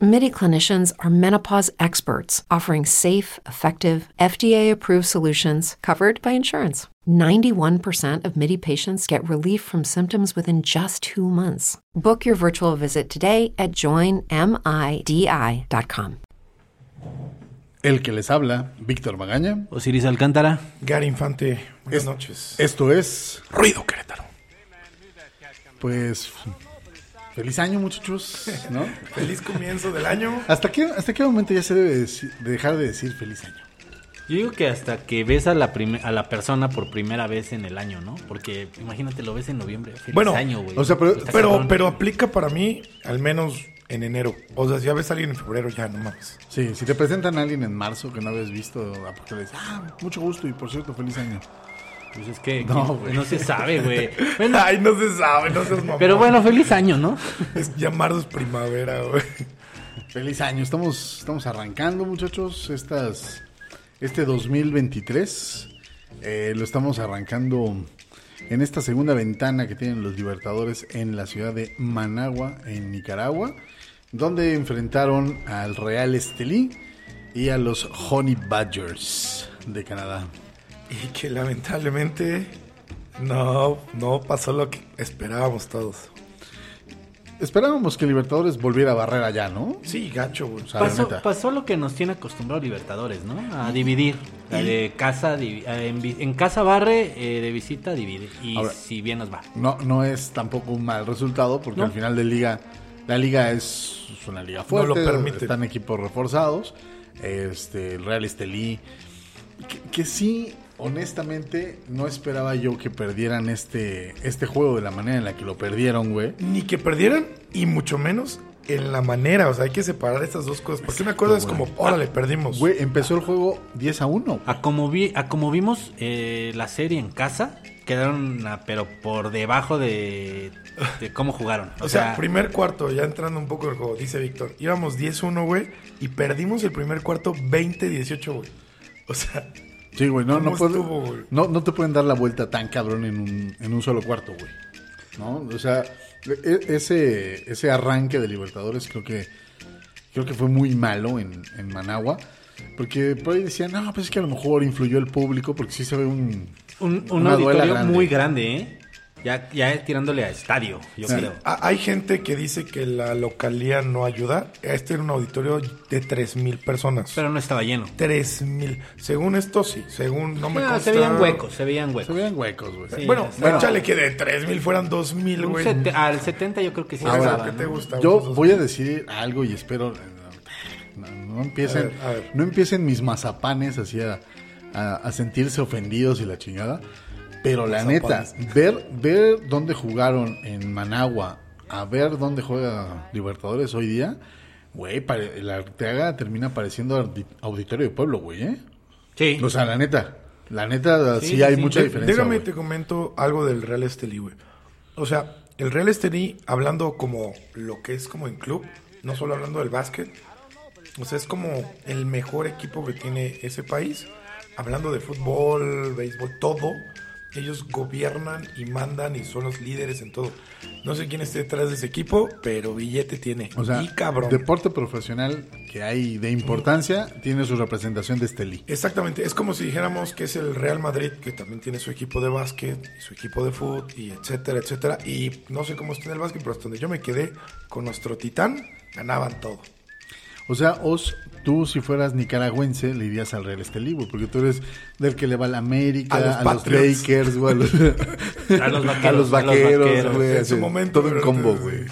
MIDI clinicians are menopause experts offering safe, effective, FDA approved solutions covered by insurance. 91% of MIDI patients get relief from symptoms within just two months. Book your virtual visit today at joinmidi.com. El que les habla, Víctor Magaña. Osiris Alcántara. Gary Infante, buenas Es- noches. Esto es. Ruido Querétaro. Pues. Feliz año, muchachos. ¿No? Feliz comienzo del año. ¿Hasta qué, ¿Hasta qué momento ya se debe deci- dejar de decir feliz año? Yo digo que hasta que ves a la, prime- a la persona por primera vez en el año, ¿no? Porque imagínate, lo ves en noviembre. Feliz Bueno, año, güey. o sea, pero- Está Pero, cabrón. pero aplica para mí, al menos en enero. O sea, si ya ves a alguien en febrero, ya no mames. Sí, si te presentan a alguien en marzo que no habías visto, ¿a poco le dices, ah, mucho gusto y por cierto, feliz año? Pues es que No, no, güey. se sabe, güey. Bueno, Ay, no se sabe, no seas mamón. pero bueno, feliz año, ¿no? Es llamarlos primavera, güey. Feliz año. Estamos, estamos arrancando, muchachos. Estas, este 2023 eh, lo estamos arrancando en esta segunda ventana que tienen los Libertadores en la ciudad de Managua, en Nicaragua, donde enfrentaron al Real Estelí y a los Honey Badgers de Canadá. Y que lamentablemente no, no pasó lo que esperábamos todos. Esperábamos que Libertadores volviera a barrer allá, ¿no? Sí, gacho, güey. O sea, la Pasó, neta. pasó lo que nos tiene acostumbrado Libertadores, ¿no? A dividir. La de casa, divi- eh, en, vi- en casa barre, eh, de visita divide. Y Ahora- si bien nos va. No, no es tampoco un mal resultado porque No. al final de liga, la liga es es una liga fuerte, lo permite. están equipos reforzados, este, el Real Estelí, que, que sí, honestamente, no esperaba yo que perdieran este, este juego de la manera en la que lo perdieron, güey. Ni que perdieran, y mucho menos en la manera. O sea, hay que separar estas dos cosas. Porque una cosa es como, órale, perdimos. Güey, empezó el juego 10 a 1. A como, vi, a como vimos eh, la serie en casa, quedaron, ah, pero por debajo de, de cómo jugaron. O sea, primer cuarto, ya entrando un poco en el juego, dice Víctor, íbamos 10-1, güey, y perdimos el primer cuarto 20-18, güey. O sea, Sí, güey, no, no, ¿Cómo puedo- estuvo, güey? no, no te pueden dar la vuelta tan cabrón en un, en un solo cuarto, güey. ¿No? O sea, e- ese, ese arranque de Libertadores creo que creo que fue muy malo en, en Managua. Porque por ahí decían, no, pues es que a lo mejor influyó el público porque sí se ve un... un, un una duela auditorio grande. muy grande, ¿eh? Ya, ya tirándole a estadio, yo creo. a- hay gente que dice que la localía no ayuda. Este era un auditorio de 3.000 personas. Pero no estaba lleno. 3.000. Según esto, sí. Según no me Ah, consta. se veían huecos, se veían Se huecos. veían huecos, güey. Sí. Bueno, Bueno. échale que de 3.000 fueran 2.000, Un güey. sete- al 70 yo creo que sí. Ahora, estaba, ¿qué te ¿no? gusta? Ah, Yo Unos dos voy a mil. decir algo y espero. No, no empiecen, A ver, a ver. no empiecen mis mazapanes así a, a- a sentirse ofendidos y la chingada. Pero la Mazapanes. neta, ver, ver dónde jugaron en Managua, a ver dónde juega Libertadores hoy día, güey, pare- el Arteaga termina pareciendo audi- auditorio de pueblo, güey, ¿eh? Sí. O sea, la neta, la neta, sí, Sí, sí, hay sí. mucha Dé- diferencia. Déjame güey. te comento algo del Real Estelí, güey. O sea, el Real Estelí, hablando como lo que es como en club, no solo hablando del básquet, o sea, es como el mejor equipo que tiene ese país. Hablando de fútbol, béisbol, todo, ellos gobiernan y mandan y son los líderes en todo. No sé quién esté detrás de ese equipo, pero billete tiene. O sea, y cabrón. deporte profesional que hay de importancia tiene su representación de Estelí. Exactamente, es como si dijéramos que es el Real Madrid, que también tiene su equipo de básquet, y su equipo de fútbol, y etcétera, etcétera. Y no sé cómo está en el básquet, pero hasta donde yo me quedé con nuestro titán, ganaban todo. O sea, Os, tú si fueras nicaragüense le irías al Real Estelí, güey, porque tú eres del que le va a la América, A los a los, Patriots. Lakers, güey, a los, a los vaqueros, a los a vaqueros, los vaqueros. güey, en su así, momento. todo un pero- combo, güey.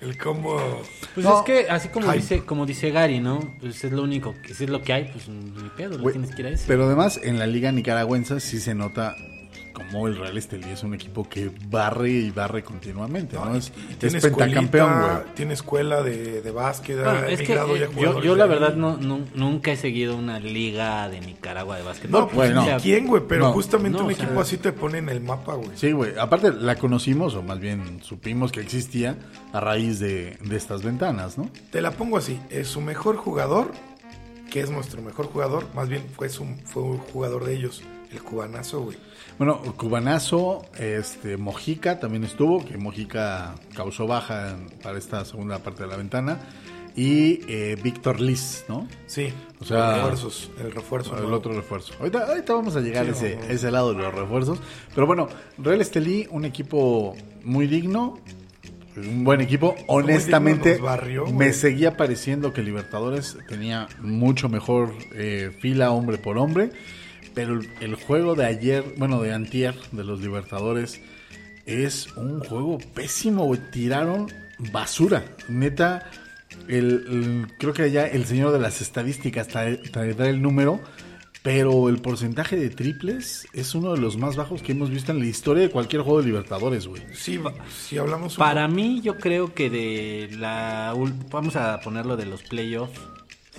El combo. Pues No. es que así como Ay. dice, como dice Gary, ¿no? Pues es lo único, que- si es lo que hay, pues ni pedo, lo Güey, tienes que ir a ese. Pero además en la liga nicaragüense sí se nota como el Real Estelí es un equipo que barre y barre continuamente, ¿no? Es, Y es tiene pentacampeón, escuelita, güey. Tiene escuela de, de básquet. Bueno, ha es que emigrado eh, ya yo, jugadores yo la de ahí. verdad no, no- nunca he seguido una liga de Nicaragua de básquetbol. No, pues bueno. O ni sea, quién, güey, pero no, justamente no, un o equipo sea- así te pone en el mapa, güey. Sí, güey. Aparte, la conocimos, o más bien supimos que existía a raíz de, de estas ventanas, ¿no? Te la pongo así, es su mejor jugador, que es nuestro mejor jugador, más bien fue, su- fue un jugador de ellos, el cubanazo, güey. Bueno, Cubanazo, este, Mojica también estuvo, que Mojica causó baja en- para esta segunda parte de la ventana. Y eh, Víctor Liz, ¿no? Sí, O sea- refuerzos, el refuerzo. El nuevo. otro refuerzo. Ahorita, ahorita vamos a llegar a, ese, a ese lado de los refuerzos. Pero bueno, Real Estelí, un equipo muy digno. pues, Un buen equipo. Honestamente, digno, nos barrió, güey. me seguía pareciendo que Libertadores tenía mucho mejor eh, fila hombre por hombre. Pero el, el juego de ayer, bueno, de antier, de los Libertadores, es un juego pésimo, güey. Tiraron basura. Neta, el, el- creo que allá el señor de las estadísticas trae- traerá el número, pero el porcentaje de triples es uno de los más bajos que hemos visto en la historia de cualquier juego de Libertadores, güey. Sí, si hablamos... un- Para mí, yo creo que de la. ul- Vamos a ponerlo de los playoffs.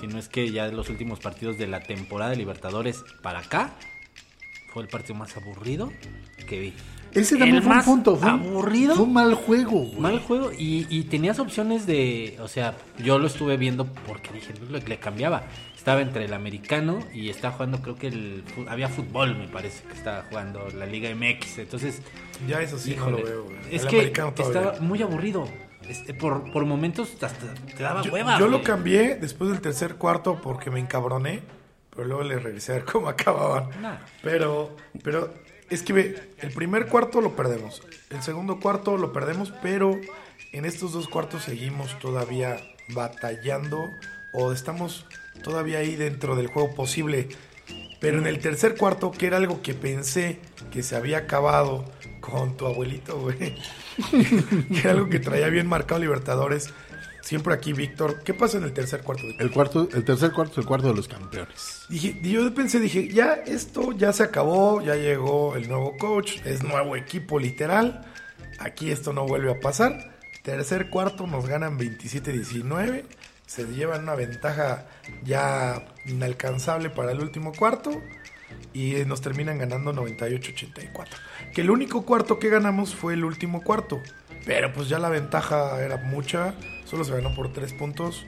Si no es que ya de los últimos partidos de la temporada de Libertadores para acá. Fue el partido más aburrido que vi. Ese también El fue un más punto. Fue, un- aburrido. Fue un mal juego, güey. Mal juego y, y tenías opciones de, o sea, yo lo estuve viendo porque dije, le, le cambiaba. Estaba entre el americano y estaba jugando, creo que el, fu- había fútbol, me parece, que estaba jugando la Liga MX. Entonces, Ya eso sí, no híjole, lo veo, güey. es El que americano todavía. estaba muy aburrido. Este, por, por momentos hasta te daba Yo, hueva. yo lo güey. cambié después del tercer cuarto porque me encabroné, pero luego le regresé a ver cómo acababan. Nah. Pero, pero es que ve, el primer cuarto lo perdemos, el segundo cuarto lo perdemos, pero en estos dos cuartos seguimos todavía batallando o estamos todavía ahí dentro del juego posible. Pero en el tercer cuarto, que era algo que pensé que se había acabado con tu abuelito, güey. que era algo que traía bien marcado Libertadores. Siempre aquí, Víctor. ¿Qué pasa en el tercer cuarto? Víctor? El, cuarto, el tercer cuarto es el cuarto de los campeones. Dije, yo pensé, dije, ya esto ya se acabó, ya llegó el nuevo coach, es nuevo equipo literal. Aquí esto no vuelve a pasar. Tercer cuarto nos ganan 27-19. Se llevan una ventaja ya inalcanzable para el último cuarto. Y eh, nos terminan ganando 98-84. Que el único cuarto que ganamos fue el último cuarto. Pero pues ya la ventaja era mucha. Solo se ganó por tres puntos.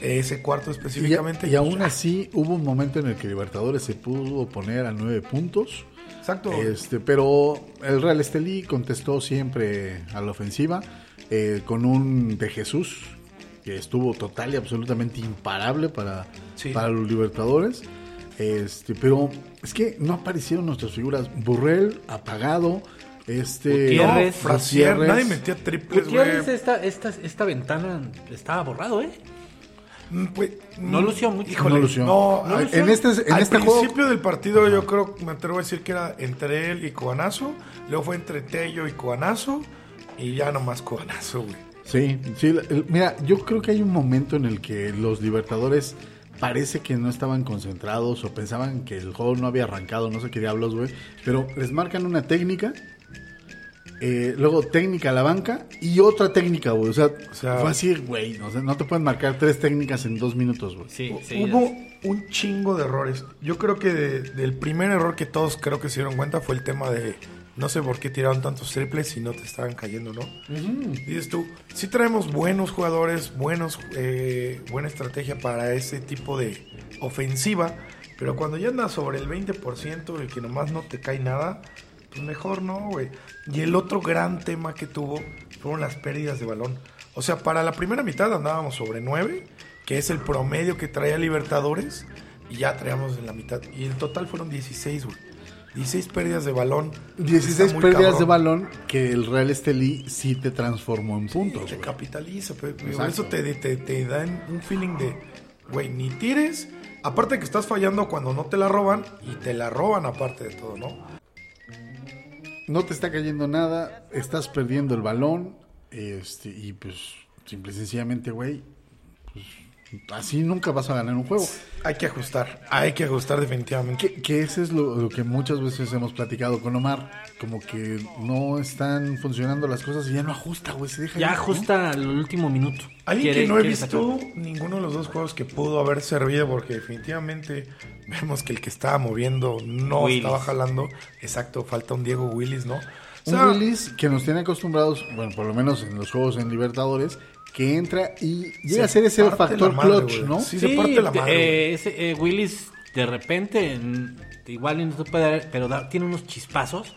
Ese cuarto Y, específicamente. y aún así hubo un momento en el que Libertadores se pudo poner a nueve puntos. Exacto. Este, pero el Real Estelí contestó siempre a la ofensiva eh, con un de Jesús que estuvo total y absolutamente imparable para, Sí. para los Libertadores. Este, pero es que no aparecieron nuestras figuras. Burrell, apagado. Este, Gutiérrez. Frazier, Gutiérrez. nadie metía triples, Gutiérrez, pues, güey. esta, esta, esta ventana estaba borrado, ¿eh? Mm, pues, No mm, lució mucho. Híjole, no No lució. No lució. en este, en al este principio juego, del partido yo creo, me atrevo a decir que era entre él y Cobanazo, luego fue entre Tello y Cobanazo, y ya nomás Cobanazo, güey. Sí, sí, el- el- mira, yo creo que hay un momento en el que los Libertadores parece que no estaban concentrados o pensaban que el juego no había arrancado, no sé qué diablos, güey, pero les marcan una técnica, eh, luego técnica a la banca y otra técnica, güey, o sea, O sea- fue así, güey, o sea, no te pueden marcar tres técnicas en dos minutos, güey. Sí, Hu- sí. Hubo un chingo de errores. Yo creo que de- del primer error que todos creo que se dieron cuenta fue el tema de no sé por qué tiraron tantos triples si no te estaban cayendo, ¿no? Dices tú, sí traemos buenos jugadores, buenos, eh, buena estrategia para ese tipo de ofensiva, pero cuando ya andas sobre el 20% y que nomás no te cae nada, pues mejor no, güey. Y el otro gran tema que tuvo fueron las pérdidas de balón. O sea, para la primera mitad andábamos sobre 9, que es el promedio que traía Libertadores, y ya traíamos en la mitad. Y el total fueron 16, güey. 16 pérdidas de balón. 16 Está muy pérdidas cabrón. de balón que el Real Estelí sí te transformó en puntos, Te güey. capitaliza, pero pero Exacto. eso te, te, te da un feeling de, güey, ni tires. Aparte que estás fallando cuando no te la roban y te la roban aparte de todo, ¿no? no te está cayendo nada, estás perdiendo el balón, este, y pues simple y sencillamente, güey, pues así nunca vas a ganar un juego. Hay que ajustar, hay que ajustar definitivamente. Que, que ese es lo, lo que muchas veces hemos platicado con Omar, como que no están funcionando las cosas y ya no ajusta, güey, se deja Ya ir, ¿no? ajusta al último minuto. Alguien Quiere- que no he quiere sacarlo. visto ninguno de los dos juegos que pudo haber servido, porque definitivamente vemos que el que estaba moviendo no Willis. estaba jalando. Exacto, falta un Diego Willis, ¿no? O Un sea, Willis que nos tiene acostumbrados, bueno, por lo menos en los juegos en Libertadores, que entra y llega Se a ser ese parte factor la madre, clutch, güey. ¿no? Sí, se parte la de- madre. eh, ese, eh, Willis, de repente, en- igual y no te puede dar, pero da- tiene unos chispazos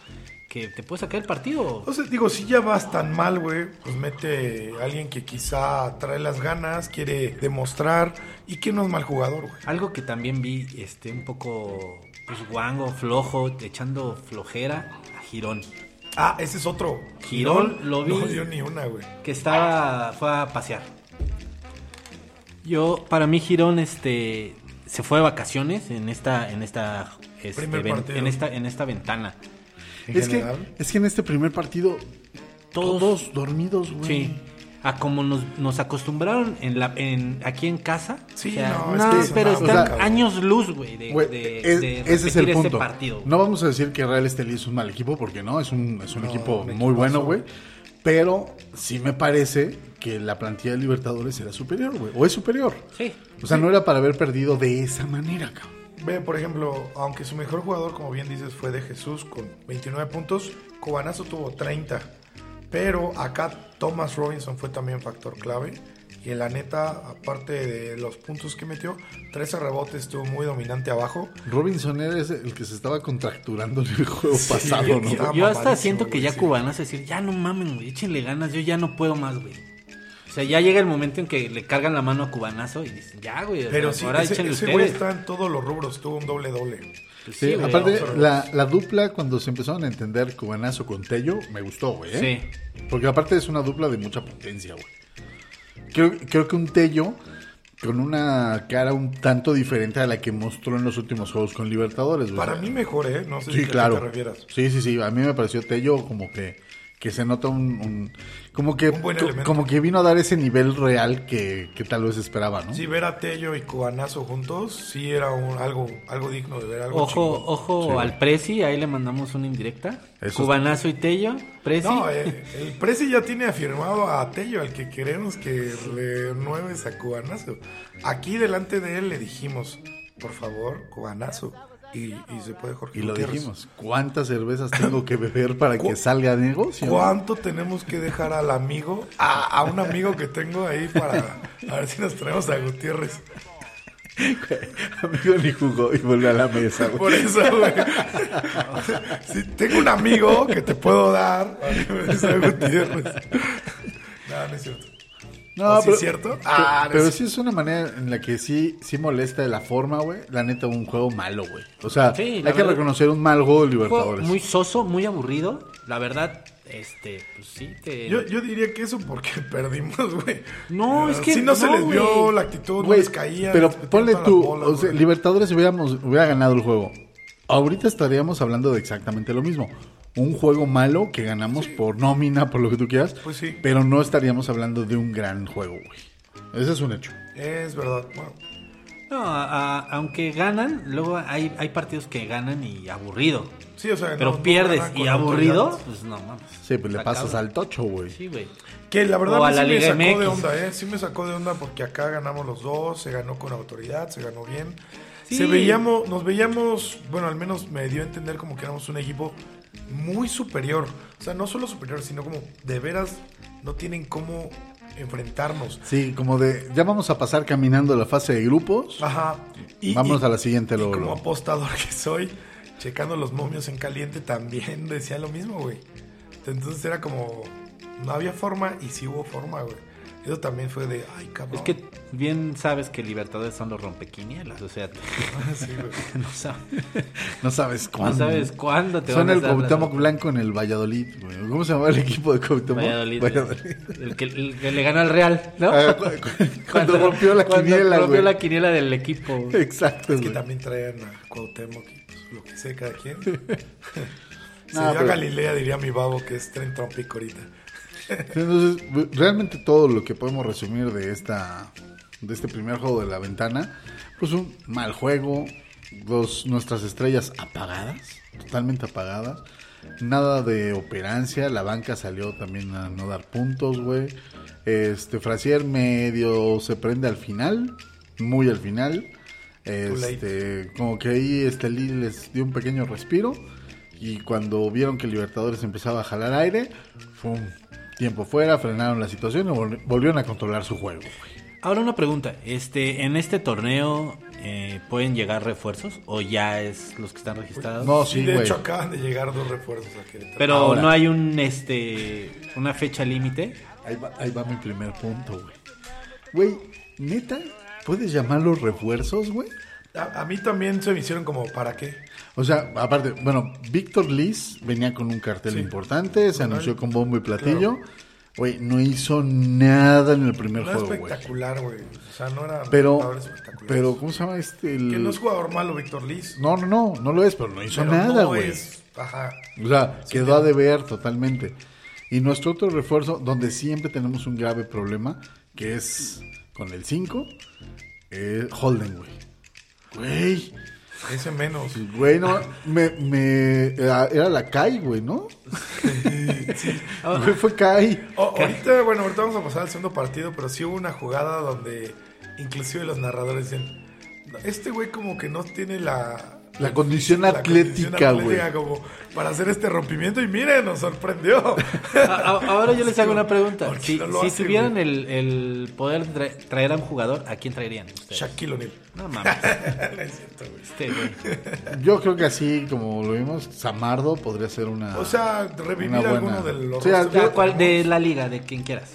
que te puede sacar el partido. Entonces, digo, si ya vas tan mal, güey, pues mete a alguien que quizá trae las ganas, quiere demostrar y que no es mal jugador, güey. Algo que también vi, este, un poco, pues, guango, flojo, echando flojera a Girón. Ah, ese es otro. Girón, lo vi. No dio ni una, güey. que estaba fue a pasear. Yo para mí Girón este se fue de vacaciones en esta en esta este, Primer ven- partido. en esta en esta ventana. En Es que, general. es que en este primer partido, todos, Todos- dormidos, güey. Sí. A como nos, nos acostumbraron en la en aquí en casa. Sí, no, es que es pero una están bronca, güey. años luz, güey, de, Güey, de- es- de ese es el repetir ese punto. partido. no vamos a decir que Real Estelí es un mal equipo, porque no, es un, es un No, equipo un muy equipazo. bueno, güey. Pero sí me parece que la plantilla de Libertadores era superior, güey. O es superior. Sí. O sea, no era para haber perdido de esa manera, cabrón. Ve, por ejemplo, aunque su mejor jugador, como bien dices, fue de Jesús con 29 puntos, Cobanazo tuvo 30. Pero acá Thomas Robinson fue también factor clave. Y la neta, aparte de los puntos que metió, 13 rebotes estuvo muy dominante abajo. Robinson era ese- el que se estaba contracturando en el juego pasado, ¿no? sí. Yo, Ah, yo hasta mamadísimo, siento que güey, ya sí. cubanas es decir, ya no mamen, güey, échenle ganas, yo ya no puedo más, güey. O sea, ya llega el momento en que le cargan la mano a cubanazo y dicen, ya, güey, Pero sí, ahora ese, échenle ese güey ustedes. está en todos los rubros, tuvo un doble-doble. Pues Sí, sí, güey, aparte, vamos a ver. la, la dupla, cuando se empezaron a entender Cubanazo con Tello, me gustó, güey. ¿eh? Porque aparte es una dupla de mucha potencia, güey. Creo, creo que un Tello con una cara un tanto diferente a la que mostró en los últimos juegos con Libertadores, güey. Para mí mejor, ¿eh? No sé si Sí, a qué te claro. refieras. Sí, sí, sí. A mí me pareció Tello como que, que se nota un, un- como que Un buen co- elemento. como que vino a dar ese nivel real que, que tal vez esperaba, ¿no? Sí, ver a Tello y Cobanazo juntos, sí era un- algo, algo digno de ver, algo Ojo, chingón. ojo al Prezi, ahí le mandamos una indirecta. Eso Cubanazo y Tello, Prezi. No, eh, el Prezi ya tiene afirmado a Tello, al que queremos que renueves a Cubanazo. Aquí delante de él le dijimos, por favor, Cubanazo. Y, y se puede Jorge Y lo Gutiérrez. dijimos. ¿Cuántas cervezas tengo que beber para que Cu- salga a negocio? ¿Cuánto tenemos que dejar al amigo, a, a un amigo que tengo ahí para a ver si nos traemos a Gutiérrez? Amigo ni jugó y vuelve a la mesa. güey. Por eso, güey. Sí, tengo un amigo que te puedo dar para que me des a Gutiérrez. No, no es cierto. ¿O sí es cierto? Pero, Ah, no es pero sí es una manera en la que sí, sí molesta de la forma, güey. La neta, un juego malo, güey. O sea, Sí, hay la que verdad. reconocer un mal juego de Juego Libertadores. muy soso, muy aburrido. La verdad, este, pues sí, te... Yo, yo diría que eso porque perdimos, güey. No, Eh, es que Si no, se no, les vio güey. la actitud, no Güey, les caía. pero les metían ponle todas tú, las bolas, o sea, güey. Libertadores hubiéramos, hubiera ganado el juego. Ahorita estaríamos hablando de exactamente lo mismo. Un juego malo que ganamos por nómina, por lo que tú quieras. Pues sí. Pero no estaríamos hablando de un gran juego, güey. Ese es un hecho. Es verdad. Bueno, No, a- a- aunque ganan, luego hay, hay partidos que ganan y aburrido. sí, o sea, no- Pero no pierdes ganan y con aburrido, autoridad. pues no mames. Sí, pues le Está pasas cabrón. al tocho, güey. Sí, güey. Que la verdad O a a mí la sí me Liga sacó de MX. onda, ¿eh? Sí me sacó de onda porque acá ganamos los dos, se ganó con autoridad, se ganó bien. Sí. Se veíamos, nos veíamos, bueno, al menos me dio a entender como que éramos un equipo muy superior. O sea, no solo superior, sino como de veras no tienen cómo enfrentarnos. Sí, como de, ya vamos a pasar caminando la fase de grupos. Ajá. Vámonos a la siguiente, lo- y como lo- apostador que soy, checando los momios en caliente también decía lo mismo, güey. Entonces era como, no había forma y sí hubo forma, güey. Eso también fue de, ay, cabrón. Es que bien sabes que Libertadores son los rompequinielas, o sea, Sí, güey. no sabes, No sabes no cuándo. sabes cuándo te Son van a el dar las Cuauhtémoc Blanco en el Valladolid, güey. ¿Cómo se llamaba el equipo de Cuauhtémoc? Valladolid. El, que, el que le ganó al Real, ¿no? Ah, cu- cu- cuando, rompió la cuando quiniela, rompió güey. la quiniela del equipo. güey. Exacto, que güey. también traían a Cuauhtémoc y pues, lo que sé cada quien. Se No, dio a pero- Galilea, diría mi babo, que es tren trompico ahorita. Entonces, realmente todo lo que podemos resumir de esta de este primer juego de la ventana, pues un mal juego, dos, nuestras estrellas apagadas, totalmente apagadas, nada de operancia, la banca salió también a no dar puntos, güey. Este, Frasier medio se prende al final, muy al final. Este, como que ahí este Lee les dio un pequeño respiro y cuando vieron que Libertadores empezaba a jalar aire, fue un tiempo fuera, frenaron la situación y vol- volvieron a controlar su juego. güey. Ahora una pregunta, este, ¿en este torneo eh, pueden llegar refuerzos o ya es los que están registrados? No, Sí, sí, de güey. hecho acaban de llegar dos refuerzos a Querétaro. Pero ahora. no hay un, este, una fecha límite. Ahí va, ahí va mi primer punto, güey. Güey, neta, ¿puedes llamarlos refuerzos, güey? a, a mí también se me hicieron como, ¿para qué? O sea, aparte, bueno, Víctor Liz venía con un cartel importante, se anunció con bombo y platillo. Güey, no hizo nada en el primer No juego, güey. espectacular, güey. O sea, no era Pero, jugador espectacular. pero, ¿cómo se llama este? el- Que no es jugador malo, Víctor Liz. No, no, no, no lo es, pero no hizo pero nada, no güey. es- Ajá. O sea, quedó a deber totalmente. Y nuestro otro refuerzo, donde siempre tenemos un grave problema, que es con el 5, eh, Holden, güey. Güey, Ese menos. Pues, güey, no, me, me, era era la Kai, güey, ¿no? Güey, Ah. fue Kai. O- Oh, ahorita, bueno, ahorita vamos a pasar al segundo partido, pero sí hubo una jugada donde inclusive los narradores dicen, este güey como que no tiene la... La condición la atlética, condición güey. atlética como para hacer este rompimiento y miren, nos sorprendió. A- a- Ahora yo les hago una pregunta. ¿Por qué Si, no lo si hace, tuvieran güey? el, el poder de tra- traer a un jugador, ¿a quién traerían ustedes? Shaquille O'Neal. No mames. No es cierto, güey. Este, güey. Yo creo que así, como lo vimos, Samardo podría ser una... O sea, revivir Una buena. alguno de los... Sí, rostros. Ya, ¿cuál? de la liga, de quien quieras.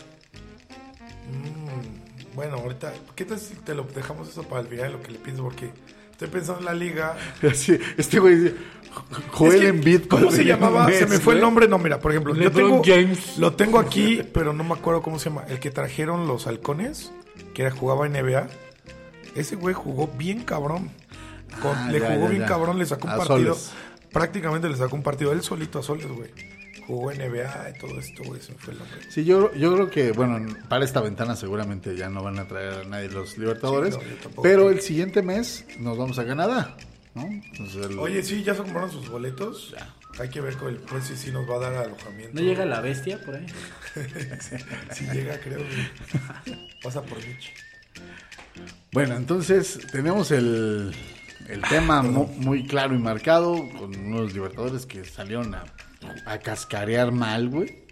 Mm, Bueno, ahorita, ¿qué tal si te lo dejamos eso para el final, lo que le pienso? Porque estoy pensando en la liga... Así, este güey dice, Joel Es que, Embiid. ¿Cómo cuando se llegó llamaba? un se mes, me fue el güey. nombre. No, mira, por ejemplo, yo LeBron tengo, James. lo tengo aquí, pero no me acuerdo cómo se llama. El que trajeron los halcones, que era, jugaba en NBA. Ese güey jugó bien cabrón. Con- Ah, le ya, jugó ya, bien ya. cabrón, le sacó un A partido. soles. Prácticamente le sacó un partido él solito a soles, güey. Jugó en NBA y todo esto, güey. Se me fue el nombre. Sí, yo, yo creo que, bueno, para esta ventana seguramente ya no van a traer a nadie los Libertadores. Sí, no, yo tampoco pero creo. el siguiente mes nos vamos a Canadá, ¿no? Entonces, el- Oye, sí, ya se compraron sus boletos. Hay que ver con el precio y si nos va a dar alojamiento. ¿No llega la bestia por ahí? Si llega, creo. güey. Pasa por Mitch. Bueno, entonces tenemos el, el Ah, tema mu- muy claro y marcado con unos Libertadores que salieron a, a cascarear mal, güey.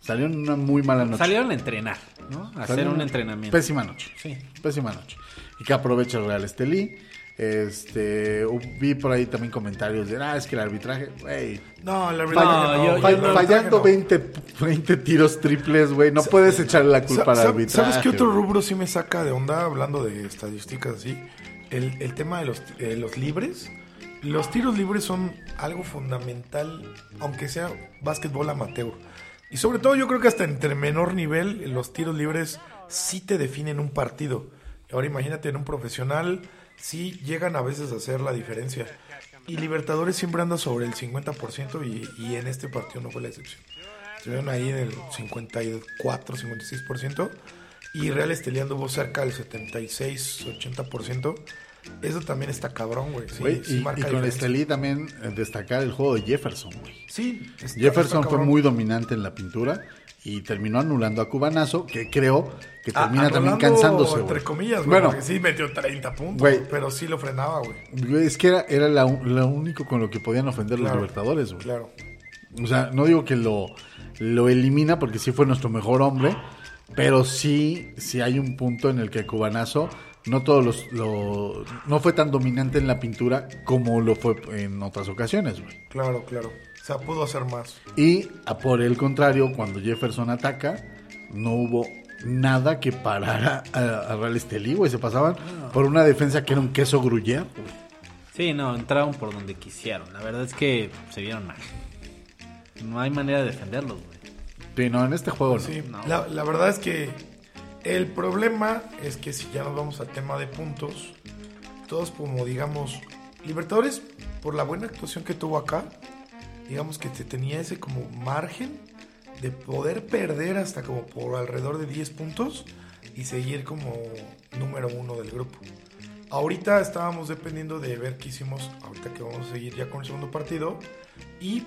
Salieron en una muy mala noche. Salieron a entrenar, ¿no? A Salieron hacer Pues, un una entrenamiento. Pésima noche. Sí. Pésima noche. Y que aprovecha el Real Estelí. Este, hu- vi por ahí también comentarios de, ah, es que el arbitraje, güey. No, la verdad No, que no. yo- güey, Fa- la verdad fallando que no. 20, 20 tiros triples, güey. No puedes echarle la culpa al Sa- sa- arbitraje. ¿Sabes qué otro güey. rubro sí me saca de onda hablando de estadísticas así? El, el tema de los, eh, los libres. Los tiros libres son algo fundamental, aunque sea básquetbol amateur. Y sobre todo yo creo que hasta entre menor nivel los tiros libres sí te definen un partido. Ahora imagínate en un profesional, sí llegan a veces a hacer la diferencia. Y Libertadores siempre anda sobre el 50% y, y en este partido no fue la excepción. Estuvieron ahí en el 54, 56%. Y Real Estelí anduvo cerca del 76, 80%. Eso también está cabrón, güey. Sí, Güey, sí y, y marca con diferencia. Estelí también eh, destacar el juego de Jefferson, güey. Sí, está- Jefferson está fue cabrón. muy dominante en la pintura y terminó anulando a Cubanazo, que creo que Ah, termina también anulando, cansándose, Entre güey. comillas, güey. Bueno, porque sí metió 30 puntos, Güey. pero sí lo frenaba, güey. Güey, Es que era, era la un- lo único con lo que podían ofender Claro. los Libertadores, güey. Claro. O sea, no digo que lo, lo elimina porque sí fue nuestro mejor hombre, pero sí, sí hay un punto en el que Cubanazo no todos los, lo- no fue tan dominante en la pintura como lo fue en otras ocasiones, güey. Claro, claro. O sea, pudo hacer más. Y a por el contrario, cuando Jefferson ataca, no hubo nada que parara a, a Real Estelí, güey. Se pasaban por una defensa que era un queso gruyère. Sí, no, entraron por donde quisieron. La verdad es que se vieron mal. No hay manera de defenderlos, güey. Sí, no, en este juego no. Sí, la, la verdad es que el problema es que si ya nos vamos al tema de puntos, todos como digamos, Libertadores, por la buena actuación que tuvo acá, digamos que te tenía ese como margen de poder perder hasta como por alrededor de 10 puntos y seguir como número uno del grupo. Ahorita estábamos dependiendo de ver qué hicimos, ahorita que vamos a seguir ya con el segundo partido. Y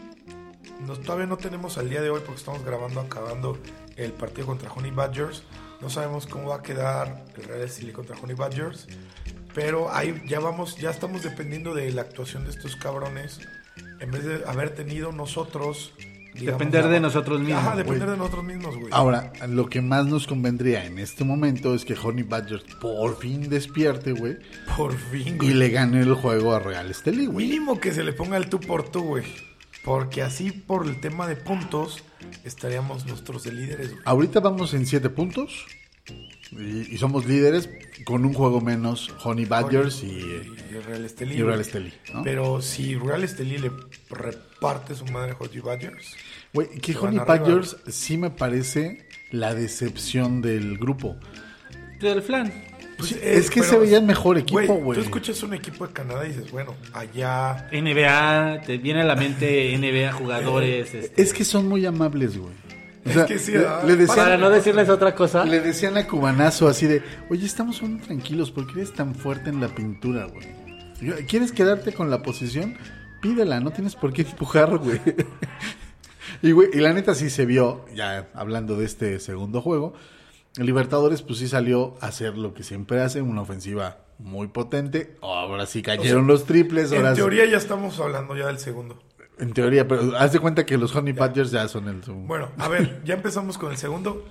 nos- todavía no tenemos al día de hoy porque estamos grabando, acabando el partido contra Honey Badgers. No sabemos cómo va a quedar el Real Chile contra Honey Badgers. Pero ahí ya vamos, ya estamos dependiendo de la actuación de estos cabrones. En vez de haber tenido nosotros. digamos, Depender la- de nosotros mismos, Ajá, güey. depender de nosotros mismos, güey. Ahora, lo que más nos convendría en este momento es que Honey Badger por fin despierte, güey, Por fin, y güey. le gane el juego a Real Estelí, güey. Mínimo que se le ponga el tú por tú, güey. Porque así, por el tema de puntos, estaríamos nosotros de líderes, güey. Ahorita vamos en 7 puntos y, y somos líderes con un juego menos Honey Badgers Ah, y... y el Real Estelí. y el Real güey. Estelí, ¿no? Pero si Real Estelí le reparte su madre a Hodgie Badgers, Güey, que Se van Honey arriba, Badgers sí me parece la decepción del grupo. Del flan. pues, Sí, eh, es que pero- se veía mejor equipo, Tú güey. escuchas un equipo de Canadá y dices, bueno, allá. NBA, te viene a la mente NBA jugadores. este, Es que son muy amables, güey. O Es sea, que sí, le, ah, le para decían, no decirles otra cosa. le decían a Cubanazo así de, oye, estamos muy tranquilos, ¿por qué eres tan fuerte en la pintura, güey? ¿Quieres quedarte con la posición? Pídela, no tienes por qué empujar, güey. Y, güey, y la neta sí se vio, ya hablando de este segundo juego, el Libertadores pues sí salió a hacer lo que siempre hace, una ofensiva muy potente. Ahora sí cayeron los triples, ahora En sí- teoría ya estamos hablando ya del segundo. en teoría, pero haz de cuenta que los Honey Badgers ya son el segundo. Bueno, a ver, ya empezamos con el segundo.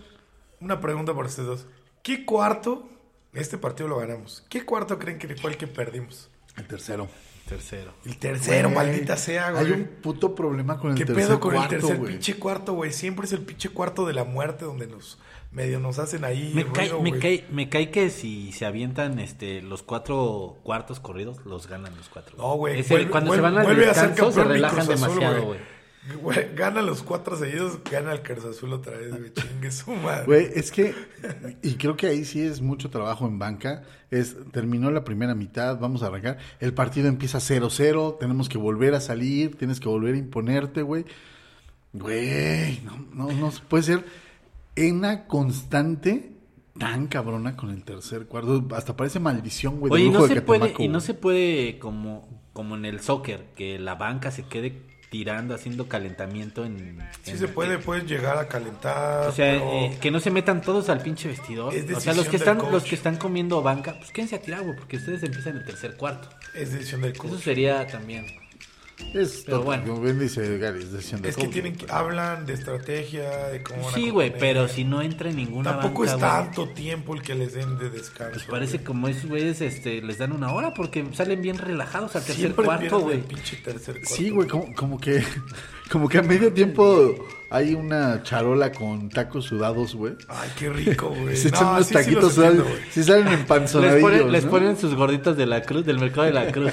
Una pregunta para ustedes dos. ¿Qué cuarto, este partido lo ganamos, qué cuarto creen que fue el que perdimos? el tercero. Tercero. El tercero, Güey, maldita sea, güey. Hay un puto problema con el ¿Qué tercer pedo con cuarto, el tercer güey. pinche cuarto, güey? Siempre es el pinche cuarto de la muerte donde nos medio nos hacen ahí. Me, cae, ruido, me, güey. cae, me cae que si se avientan este, los cuatro cuartos corridos, los ganan los cuatro. No, güey. Ese- vuelve- cuando se vuelve- van al vuelve a ser descanso, se campeón mi relajan Cruz Azul, demasiado, güey. Güey, Gana los cuatro seguidos, gana el Cruz Azul otra vez, güey. Chingue su madre. Güey, es que, y creo que ahí sí es mucho trabajo en banca, es, terminó la primera mitad, vamos a arrancar, el partido empieza 0-0, tenemos que volver a salir, tienes que volver a imponerte, güey. Güey, no, no, no se puede ser una constante tan cabrona con el tercer cuarto, hasta parece maldición, güey. de Oye, y brujo no, de se puede, Catemaco, y no güey. se puede como, como en el soccer, que la banca se quede tirando, haciendo calentamiento en... Sí en- se puede, puedes llegar a calentar. O sea, pero- eh, que no se metan todos al pinche vestidor. Es O sea, los decisión que del están coach. los que están comiendo banca, pues quédense a tirar, güey, porque ustedes empiezan el tercer cuarto. Es decisión del Eso coach. sería también. Es pero todo, bueno. Como bien dice Gary, es decisión de Es que coach, tienen güey. que- hablan de estrategia, de cómo van a Sí, güey, componer. pero si no entra en ninguna Tampoco banca, es güey, tanto tiempo el que les den de descanso. pues parece como esos güeyes este, les dan una hora porque salen bien relajados al güey. tercer Siempre cuarto, pierden el güey. pinche tercer cuarto. Sí, güey, como, como que como que a medio tiempo hay una charola con tacos sudados, güey. Ay, qué rico, güey. Se echan No, unos sí, sí taquitos los sudados. entiendo, güey. Sí salen empanzonadillos, Les ponen, les ¿no? ponen sus gorditas de la cruz, del mercado de la cruz.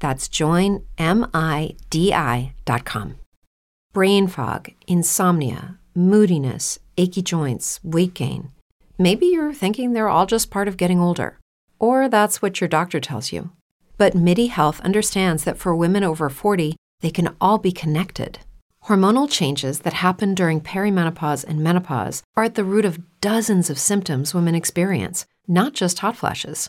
That's joinmidi.com. Brain fog, insomnia, moodiness, achy joints, weight gain. Maybe you're thinking they're all just part of getting older, or that's what your doctor tells you. But MIDI Health understands that for women over 40, they can all be connected. Hormonal changes that happen during perimenopause and menopause are at the root of dozens of symptoms women experience, not just hot flashes.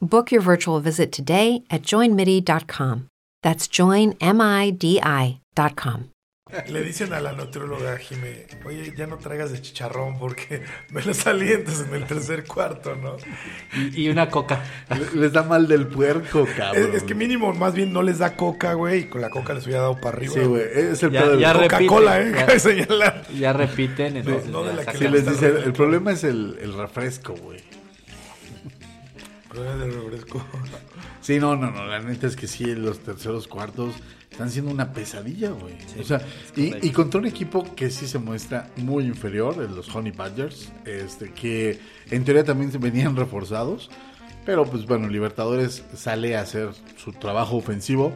Book your virtual visit today at joinmidi.com. That's joinmidi.com. Le dicen a la nutrióloga Jimé, oye, ya no traigas de chicharrón porque me lo salientes en el tercer cuarto, ¿no? Y, y una coca. Le- Les da mal del puerco, Es, cabrón. es que mínimo, más bien no les da coca, güey, y con la coca les hubiera dado para arriba. Sí, güey, es el Ya- pedo del- ya re- Coca-Cola, ¿eh? Repite. Cabe señalar. Ya repiten, entonces. no de ya la que Sí, sacan- les dice, el problema es el, el refresco, güey. Prueba del refresco. Sí, no, no, no, la neta es que sí, los terceros cuartos están siendo una pesadilla, güey. o sea, y, y contra un equipo que sí se muestra muy inferior, eh, los Honey Badgers, este, que en teoría también se venían reforzados, pero pues bueno, Libertadores sale a hacer su trabajo ofensivo,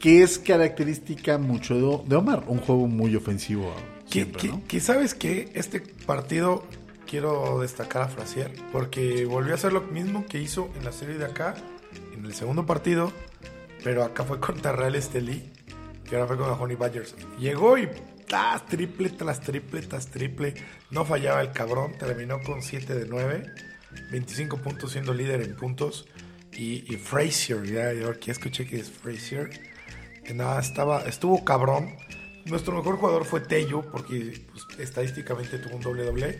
que es característica mucho de, de Omar, un juego muy ofensivo Que, siempre, que- ¿no? que sabes que este partido quiero destacar a Frasier porque volvió a hacer lo mismo que hizo en la serie de acá, en el segundo partido, pero acá fue contra Real Estelí y ahora fue con los Honey Badgers. Llegó y tras triple, tras triple, tras triple. No fallaba el cabrón, terminó con 7 de 9, 25 puntos siendo líder en puntos. Y, y Frazier, ya, yo aquí escuché que es Frazier que nada, estaba, estuvo cabrón. Nuestro mejor jugador fue Tello, porque pues, estadísticamente tuvo un doble doble,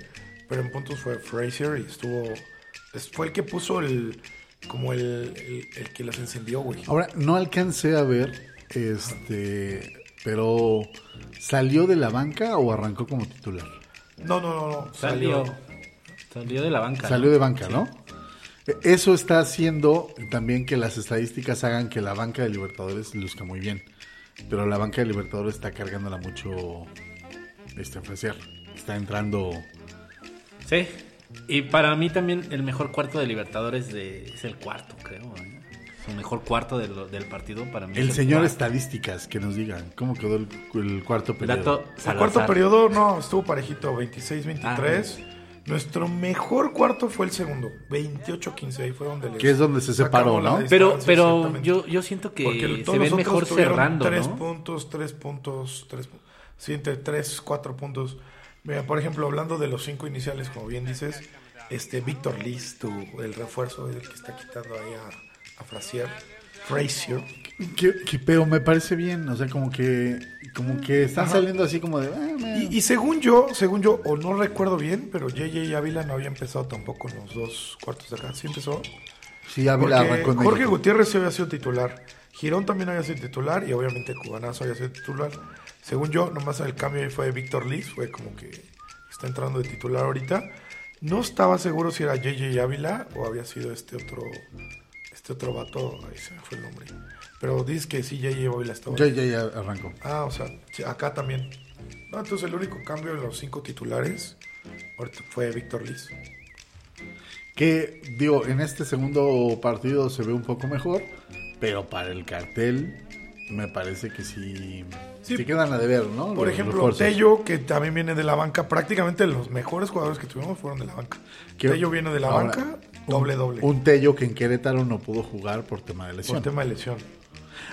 pero en puntos fue Frazier y estuvo. es- Fue el que puso el. como el, el, el que los encendió, güey. Ahora, no alcancé a ver, este, pero ¿salió de la banca o arrancó como titular? No, no, no, no. Salió. Salió de la banca. Salió ¿no? de banca, ¿no? Eh, Eso está haciendo también que las estadísticas hagan que la banca de Libertadores luzca muy bien. Pero la banca de Libertadores está cargándola mucho este ofrecer. Está entrando. Sí. Y para mí también el mejor cuarto de Libertadores de, es el cuarto, creo. ¿eh? Su mejor cuarto de lo- del partido para mí. es El señor cuarto. estadísticas, que nos digan cómo quedó el, el cuarto periodo. Dato El Salazar. cuarto periodo, no, estuvo parejito, Ah, 26-23. Nuestro mejor cuarto fue el segundo, 28-15, ahí fue donde les Que es donde se separó, sacamos la ¿no? Pero, distancia, pero exactamente. yo, yo siento que todos se los ven otros mejor tuvieron cerrando, Tres ¿no? puntos, tres puntos, tres puntos. Sí, entre tres, cuatro puntos. Mira, por ejemplo, hablando de los cinco iniciales, como bien dices, este Víctor Liz, tu, el refuerzo del que está quitando ahí a, a Frazier. Frazier. Que, que- pero me parece bien, o sea, como que como que están saliendo así como de. "Ah, me- Y, y según yo, según yo, o no recuerdo bien, pero JJ Ávila no había empezado tampoco en los dos cuartos de acá. Sí empezó. sí, Ávila Porque arrancó en Jorge México. Gutiérrez sí había sido titular. Girón también había sido titular y obviamente Cubanazo había sido titular. Según yo, nomás el cambio ahí fue de Víctor Liz, fue como que está entrando de titular ahorita. No estaba seguro si era JJ Ávila o había sido este otro este otro vato, ahí se me fue el nombre. Pero dices que sí, JJ Ávila estaba. Ya, ya, ya arrancó. Ah, o sea, sí, acá también. No, entonces el único cambio de los cinco titulares ahorita fue Víctor Liz. Que, digo, en este segundo partido se ve un poco mejor, pero para el cartel me parece que sí, Sí. sí. quedan a deber, ¿no? Por Los ejemplo, refuerzos. Tello, que también viene de la banca, prácticamente los mejores jugadores que tuvimos fueron de la banca. Que- Tello viene de la ahora, banca, un- doble-doble, Un Tello que en Querétaro no pudo jugar por tema de por lesión. tema de lesión.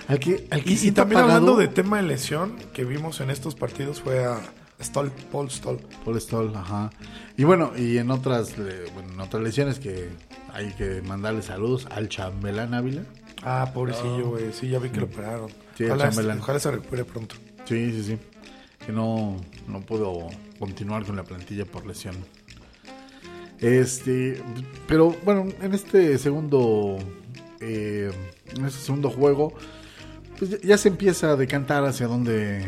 Al que, al que Y, y siento también pagado- hablando de tema de lesión, que vimos en estos partidos fue a Stoll, Paul Stoll. Paul Stoll, ajá. Y bueno, y en otras, eh, bueno, en otras lesiones que hay que mandarle saludos al Chambelán Ávila. Ah, pobrecillo, güey, sí, ya vi que lo operaron. Sí, el ojalá, chambelán. ojalá se recupere pronto. Sí, sí, sí. Que no, no puedo continuar con la plantilla por lesión. Este, pero bueno, en este segundo, eh, en este segundo juego, pues ya, ya se empieza a decantar hacia dónde,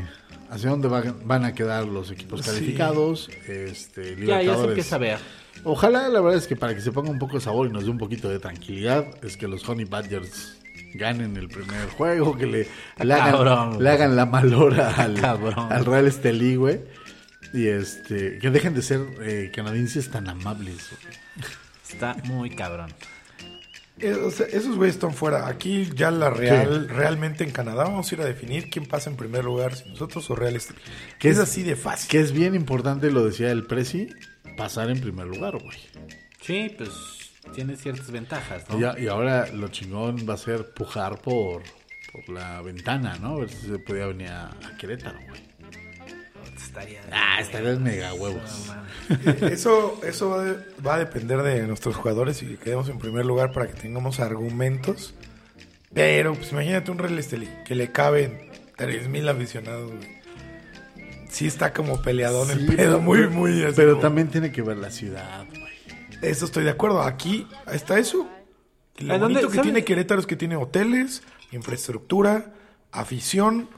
hacia dónde van, van a quedar los equipos Sí. calificados. Este, Ya, ya se Libertadores. empieza a ver. Ojalá, la verdad es que para que se ponga un poco de sabor y nos dé un poquito de tranquilidad, es que los Honey Badgers ganen el primer juego, que le, le, hagan, cabrón. le hagan la malora al, cabrón. al Real Estelí, güey. Y este, que dejen de ser eh, canadienses tan amables. güey. Está muy cabrón. Eh, o sea, esos güeyes están fuera. Aquí ya la Real, realmente en Canadá, vamos a ir a definir quién pasa en primer lugar, si nosotros o Real Estelí. Que es es- así de fácil. Que es bien importante, lo decía el Prezi, pasar en primer lugar, güey. Sí, pues tiene ciertas ventajas, ¿no? Y, a- y ahora lo chingón va a ser pujar por, por la ventana, ¿no? A ver si se podía venir a, a Querétaro, güey. Estaría. Ah, estarían mega huevos. Eso, eso va de- va a depender de nuestros jugadores y que quedemos en primer lugar para que tengamos argumentos. Pero, pues imagínate un Real Estelí que le caben 3.000 aficionados, güey. Sí está como peleadón Sí, el pedo, muy, muy... así Pero como- también tiene que ver la ciudad, güey. Eso estoy de acuerdo. Aquí está eso. Lo ¿A dónde- bonito que sabe- tiene Querétaro es que tiene hoteles, infraestructura, afición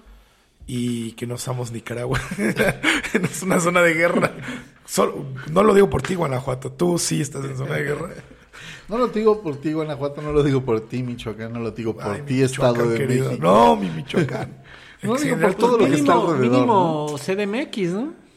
y que no somos Nicaragua. no es una zona de guerra. Solo- no lo digo por ti, Guanajuato. Tú sí estás en zona de guerra. No lo digo por ti, Guanajuato, no lo digo por ti, Michoacán, no lo digo por Ay, mi ti, Estado Michoacán de querido. México. No, mi Michoacán. No En digo por general, todo lo que está mínimo, alrededor, mínimo CDMX, ¿no?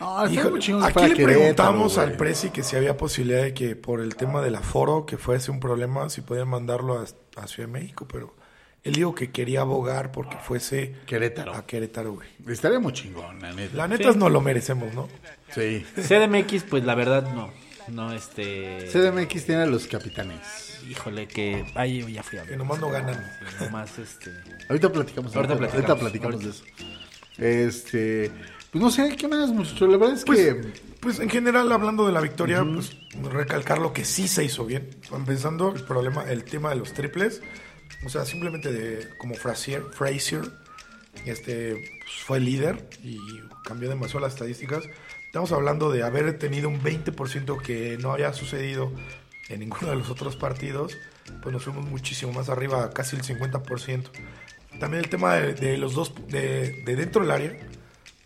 No, Híjole, están Ah, muy chingos aquí para le Querétaro, preguntamos güey. al Prezi que si había posibilidad de que por el tema del aforo, que fuese un problema, si podían mandarlo a, a Ciudad de México, pero él dijo que quería abogar porque fuese Querétaro. a Querétaro, güey. Estaría muy chingón, la neta. La neta Sí. no lo merecemos, ¿no? Sí. CDMX, pues la verdad no. No, este. CDMX tiene a los capitanes. Híjole, que. Ay, yo ya fui a Que nomás no ganan. Sí, nomás este. Ahorita platicamos. Ahorita ahorita platicamos, platicamos de eso. Este, pues no sé, ¿qué más, muchachos? La verdad es que... Pues en general, hablando de la victoria, pues recalcar lo que sí se hizo bien. Empezando el problema, el tema de los triples. O sea, simplemente de como Frazier, Frazier este, pues, fue líder y cambió demasiado las estadísticas. Estamos hablando de haber tenido un 20% que no había sucedido en ninguno de los otros partidos. Pues nos fuimos muchísimo más arriba, casi el 50%. También el tema de, de los dos, de, de dentro del área.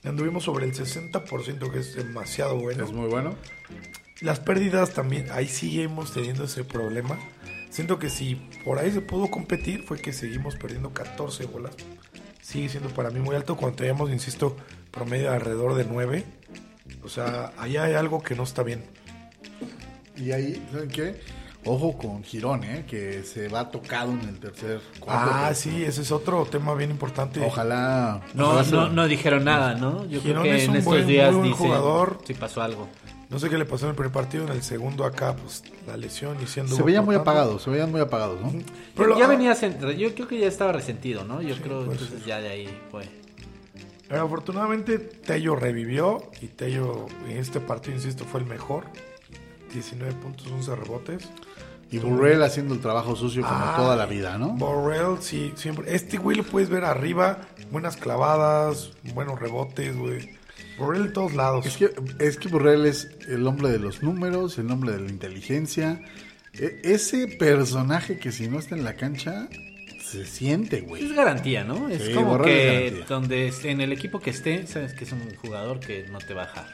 Anduvimos sobre el 60%, que es demasiado bueno. Es muy bueno. Las pérdidas también, ahí seguimos teniendo ese problema. Siento que si por ahí se pudo competir fue que seguimos perdiendo 14 bolas. Sigue siendo para mí muy alto cuando teníamos, insisto, promedio alrededor de 9. O sea, ahí hay algo que no está bien. Y ahí, ¿saben qué? Ojo con Girón, ¿eh? Que se va tocado en el tercer cuarto. ah, sí, ese es otro tema bien importante. Ojalá... No, ojalá se- no, no dijeron nada, ¿no? Yo Girón creo que es en un estos buen- días muy buen dicen, jugador. Sí pasó algo. No sé qué le pasó en el primer partido, en el segundo acá, pues la lesión y siendo... Se veían muy apagados, se veían muy apagados, ¿no? Pero lo- ya venía centra- yo creo que ya estaba resentido, ¿no? Yo creo puede entonces ya de ahí fue. Pero afortunadamente Tello revivió y Tello en este partido, insisto, fue el mejor. 19 puntos, 11 rebotes. Y Burrell haciendo el trabajo sucio como Ah, toda la vida, ¿no? Borrell, sí, siempre. Este güey lo puedes ver arriba, buenas clavadas, buenos rebotes, güey. Borrell en todos lados. Es que, es que Burrell es el hombre de los números, el hombre de la inteligencia. E- ese personaje que si no está en la cancha, se siente, Es güey. garantía, ¿no? Es Sí, como Borrell es que garantía. donde esté- en el equipo que esté, sabes que es un jugador que no te baja.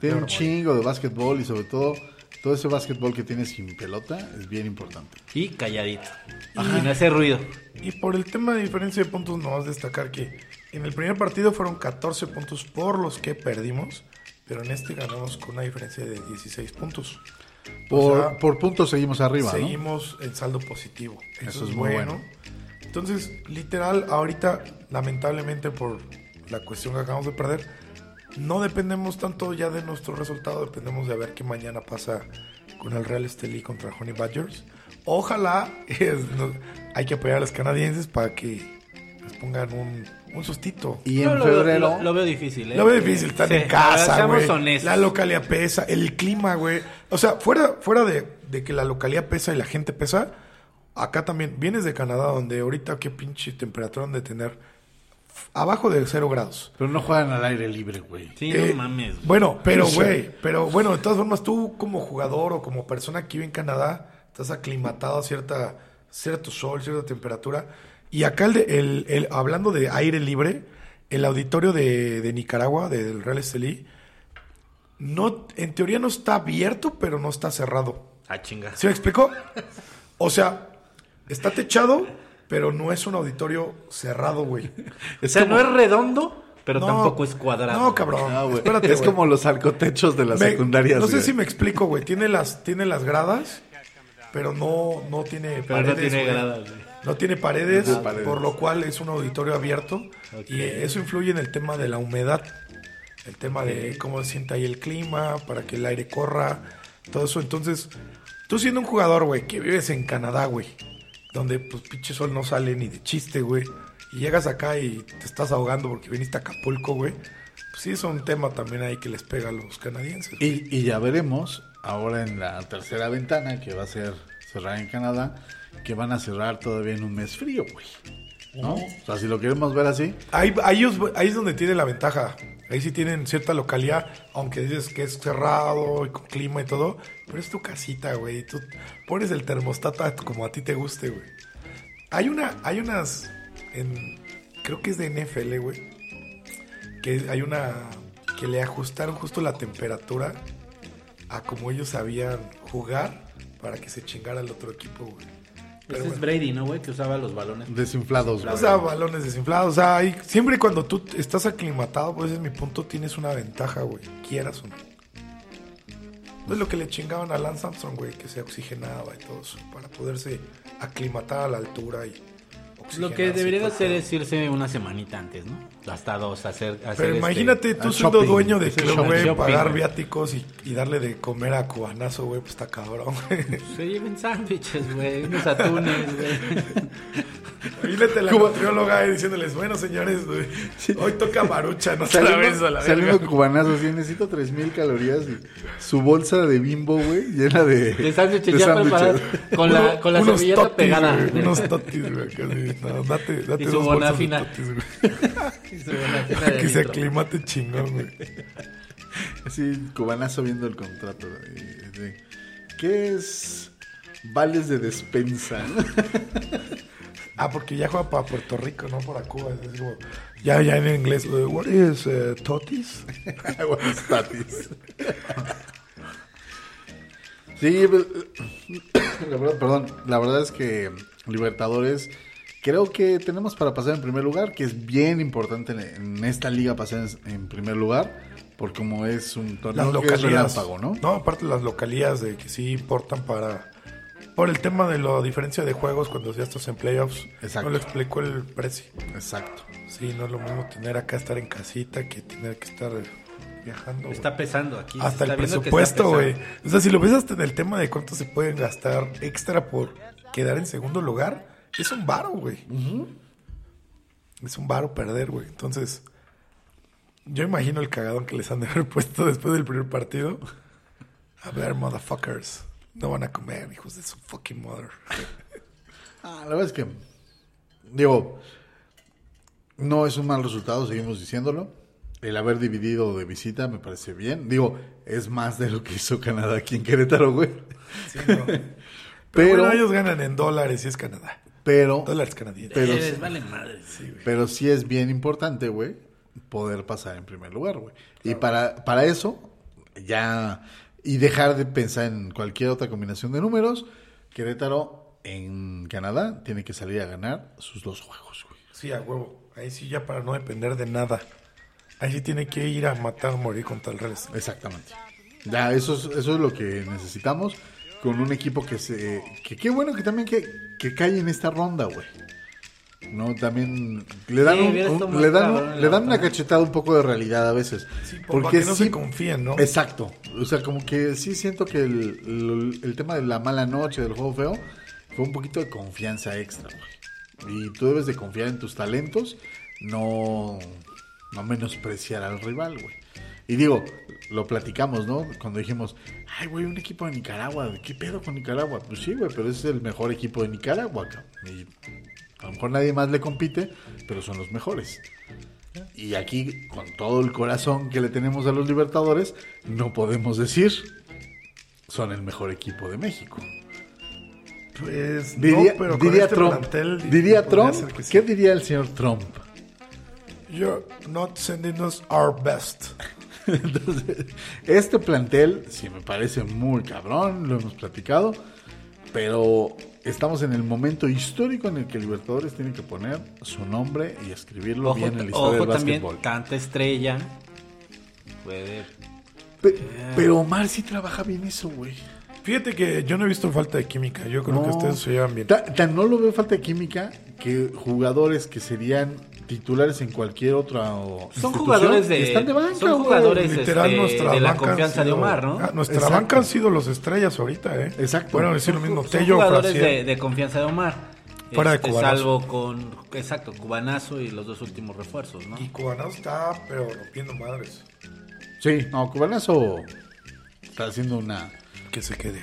Tiene un chingo de básquetbol y sobre todo, todo ese básquetbol que tiene sin pelota es bien importante. Y calladito. Y no hace ruido. Y por el tema de diferencia de puntos, no vas a destacar que en el primer partido fueron 14 puntos por los que perdimos, pero en este ganamos con una diferencia de 16 puntos. Por, sea, por puntos seguimos arriba, ¿no? Seguimos en saldo positivo. Eso, es, muy bueno. Entonces, literal, ahorita, lamentablemente por la cuestión que acabamos de perder, no dependemos tanto ya de nuestro resultado, dependemos de ver qué mañana pasa con el Real Estelí contra Honey Badgers. Ojalá, es- no- hay que apoyar a los canadienses para que les pongan un, un sustito. Y No, en lo, veo- febrero, lo- lo veo difícil, ¿eh? Lo veo difícil, están Sí, en la verdad, casa, güey. Seamos honestos. La localidad pesa, el clima, güey. O sea, fuera, fuera de, de que la localidad pesa y la gente pesa, acá también. Vienes de Canadá, donde ahorita qué pinche temperatura han de tener. Abajo de cero grados. pero no juegan al aire libre, güey. Sí, Eh, no mames. güey. Bueno, pero güey, pero bueno, de todas formas, tú como jugador o como persona que vive en Canadá, estás aclimatado a cierta, cierto sol, cierta temperatura. Y acá, el de- el- el- hablando de aire libre, el auditorio de, de Nicaragua, del Real Estelí, no, en teoría no está abierto, pero no está cerrado. Ah, chinga. ¿Sí me explicó? O sea, está techado, pero no es un auditorio cerrado, güey. o sea, no es redondo, pero No, tampoco es cuadrado. No, cabrón. Ah, güey. Espérate, es güey. como los alcotechos de las Me- secundarias. No sé güey. si me explico, güey. Tiene las, tiene las gradas, pero no, no tiene Pero no tiene güey. gradas, güey. No tiene paredes, No tiene paredes. por lo cual es un auditorio abierto. Ok. Y eso influye en el tema de la humedad, el tema de cómo se siente ahí el clima, para que el aire corra, todo eso. Entonces, Tú siendo un jugador, güey, que vives en Canadá, güey, donde pues pinche sol no sale ni de chiste, güey, y llegas acá y te estás ahogando porque viniste a Acapulco, güey, pues sí es un tema también ahí que les pega a los canadienses. güey. Y, y ya veremos ahora en la tercera ventana que va a ser cerrada en Canadá, que van a cerrar todavía en un mes frío, güey. ¿No? O sea, si lo queremos ver así, Ahí, ahí es, ahí es donde tiene la ventaja. Ahí sí tienen cierta localidad, aunque dices que es cerrado y con clima y todo. Pero es tu casita, güey. Tú pones el termostato a- como a ti te guste, güey. Hay una, hay unas, en- creo que es de NFL, güey. Que hay una, que le ajustaron justo la temperatura a como ellos sabían jugar para que se chingara el otro equipo, güey. Pero Ese es bueno. Brady, ¿no, güey? Que usaba los balones. desinflados, güey. O sea, balones desinflados. O sea, ahí- siempre y cuando tú estás aclimatado, pues ese es mi punto, tienes una ventaja, güey. Quieras o no. Pues lo que le chingaban a Lance Armstrong, güey, que se oxigenaba y todo eso, para poderse aclimatar a la altura y Lo oxigenarse que y debería de todo. hacer es irse una semanita antes, ¿no? Hasta dos, hacer... hacer Pero este- imagínate tú al siendo shopping, dueño de ese club, shopping, güey, shopping, pagar güey. viáticos y, y darle de comer a cubanazo, güey, pues está cabrón, güey. pues, Se lleven sándwiches, güey, unos atunes, güey. Imagínate la nutrióloga ahí diciéndoles, bueno, señores, güey, hoy toca marucha, no otra vez a la saliendo verga. cubanazo, así, necesito 3000 calorías y su bolsa de bimbo, güey, llena de. De sándwiches de ya sándwiches. preparados, con la, con la Unos servilleta totis, pegada. güey, unos totis, güey. que así, no, date, date Y su dos bolsas de bonafina. totis, güey. Y su bolsita de Que se litro. aclimate chingón, güey. Sí, cubanazo viendo el contrato. güey, de, ¿Qué es vales de despensa? Ah, porque ya juega para Puerto Rico, no para Cuba. es como- ya, ya en inglés. eh, What is eh, totis? Buenas tardes. Sí, pues, la verdad, perdón, la verdad es que Libertadores creo que tenemos para pasar en primer lugar, que es bien importante en, en esta liga pasar en, en primer lugar, porque como es un Las torneo que es localidades. relámpago, ¿no? No, aparte las localidades de que sí importan para... Por el tema de la diferencia de juegos cuando ya estás en playoffs. Exacto. No lo explicó el precio. Exacto. Sí, no es lo mismo tener acá estar en casita que tener que estar eh, viajando. güey. Está pesando aquí. se Hasta el está viendo que está presupuesto, güey. pesando. O sea, si lo ves hasta en el tema de cuánto se pueden gastar extra por quedar en segundo lugar, es un varo, güey. Es un varo perder, güey. Entonces, yo imagino el cagadón que les han de haber puesto después del primer partido. A ver, motherfuckers. No van a comer, hijos de su fucking mother. Ah, la verdad es que, digo, no es un mal resultado, seguimos diciéndolo. El haber dividido de visita me parece bien. Digo, es más de lo que hizo Canadá aquí en Querétaro, güey. Sí, ¿no? Pero, Pero, bueno, ellos ganan en dólares y es Canadá. pero, Dólares canadienses. pero, Eh, les vale madre. pero sí es bien importante, güey, poder pasar en primer lugar, güey. Y para, para eso, ya, y dejar de pensar en cualquier otra combinación de números, Querétaro en Canadá tiene que salir a ganar sus dos juegos, güey. Sí, a huevo. Ahí sí ya para no depender de nada. Ahí sí tiene que ir a matar o morir contra el Real Estelí. Exactamente. Ya, eso es, eso es lo que necesitamos con un equipo que se... Que qué bueno que también que, que cae en esta ronda, güey. No, también le dan, Sí, un- hubiera un- estado más le dan, un- cabrón la le dan una otra. cachetada un poco de realidad a veces. Sí, por- para porque que no sí- se confíen, ¿no? Exacto. O sea, como que sí siento que el, el- el tema de la mala noche, del juego feo, fue un poquito de confianza extra, güey. Y tú debes de confiar en tus talentos, no, no menospreciar al rival, güey. Y digo, lo platicamos, ¿no? Cuando dijimos, ay, güey, un equipo de Nicaragua, ¿qué pedo con Nicaragua? Pues sí, güey, pero es el mejor equipo de Nicaragua, cabrón. Y a lo mejor nadie más le compite, pero son los mejores. Y aquí, con todo el corazón que le tenemos a los Libertadores, no podemos decir son el mejor equipo de México. Pues Diría, no, pero con diría este Trump, plantel di- diría podría Trump ser que sí. ¿qué diría el señor Trump? You're not sending us our best. Entonces, este plantel, sí me parece muy cabrón, lo hemos platicado, pero estamos en el momento histórico en el que Libertadores tiene que poner su nombre y escribirlo Ojo, bien en la historia ojo del también, básquetbol. tanta estrella. Puede... Pe- pero Omar sí trabaja bien eso, güey. Fíjate que yo no he visto falta de química. Yo creo que No. ustedes se llevan bien. Ta- Tan, no lo veo falta de química que jugadores que serían titulares en cualquier otra o, institución Son jugadores de- y están de banca, son güey. jugadores de- Literal, Este, nuestra de la banca han confianza de sido- Omar, ¿no? Ah, nuestra Exacto. banca han sido los estrellas ahorita, ¿eh? Exacto. Bueno, decir lo mismo, Son Tello, jugadores de, Frazier. de confianza de Omar. Este, Fuera de Cubanazo. Salvo con, exacto, Cubanazo y los dos últimos refuerzos, ¿no? Y Cubanao está, pero rompiendo madres. Sí, no, Cubanazo está haciendo una... Que se quede.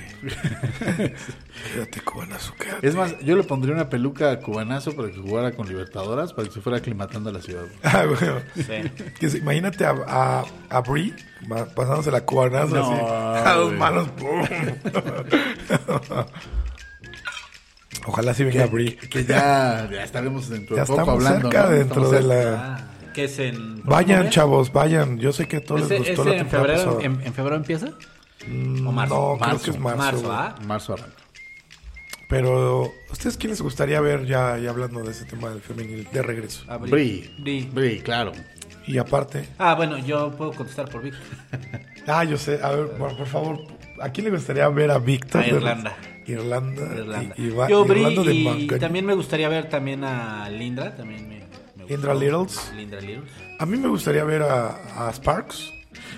quédate, Cubanazo, quédate. Es más, yo le pondría una peluca a Cubanazo para que jugara con Libertadoras, para que se fuera aclimatando a la ciudad. güey. Ah, bueno. Sí. Que se- imagínate a, a, a Brie ma- pasándose la cubanazo No, así. A dos güey. manos. ¡pum! Ojalá sí venga Brie. Que ya, ya estaremos dentro Pues Ya de poco estamos hablando. cerca ¿no? dentro Estamos de cerca. la... Ah, que es en. Vayan, ¿cómo es? chavos, vayan. Yo sé que a todos ¿Ese, les gustó ese la en, temporada febrero, pasada. Mm, en, en febrero empieza? ¿O marzo? No, creo que es marzo. Marzo, güey. ¿ah? Marzo arranca. Pero, ¿ustedes quién les gustaría ver ya, ya hablando de ese tema del femenil de regreso? Abril. Bri. Bri. Bri, claro. Y aparte... Ah, bueno, yo puedo contestar por Vic. Ah, yo sé. A ver, por, por favor, ¿a quién le gustaría ver a Víctor? A Irlanda. Irlanda. de Irlanda. Y, y va- yo Bri Irlanda de y Mangan- también me gustaría ver también a Lindra, también me, me Lindra gustó. Littles. Lindra Littles. A mí me gustaría ver a, a Sparks,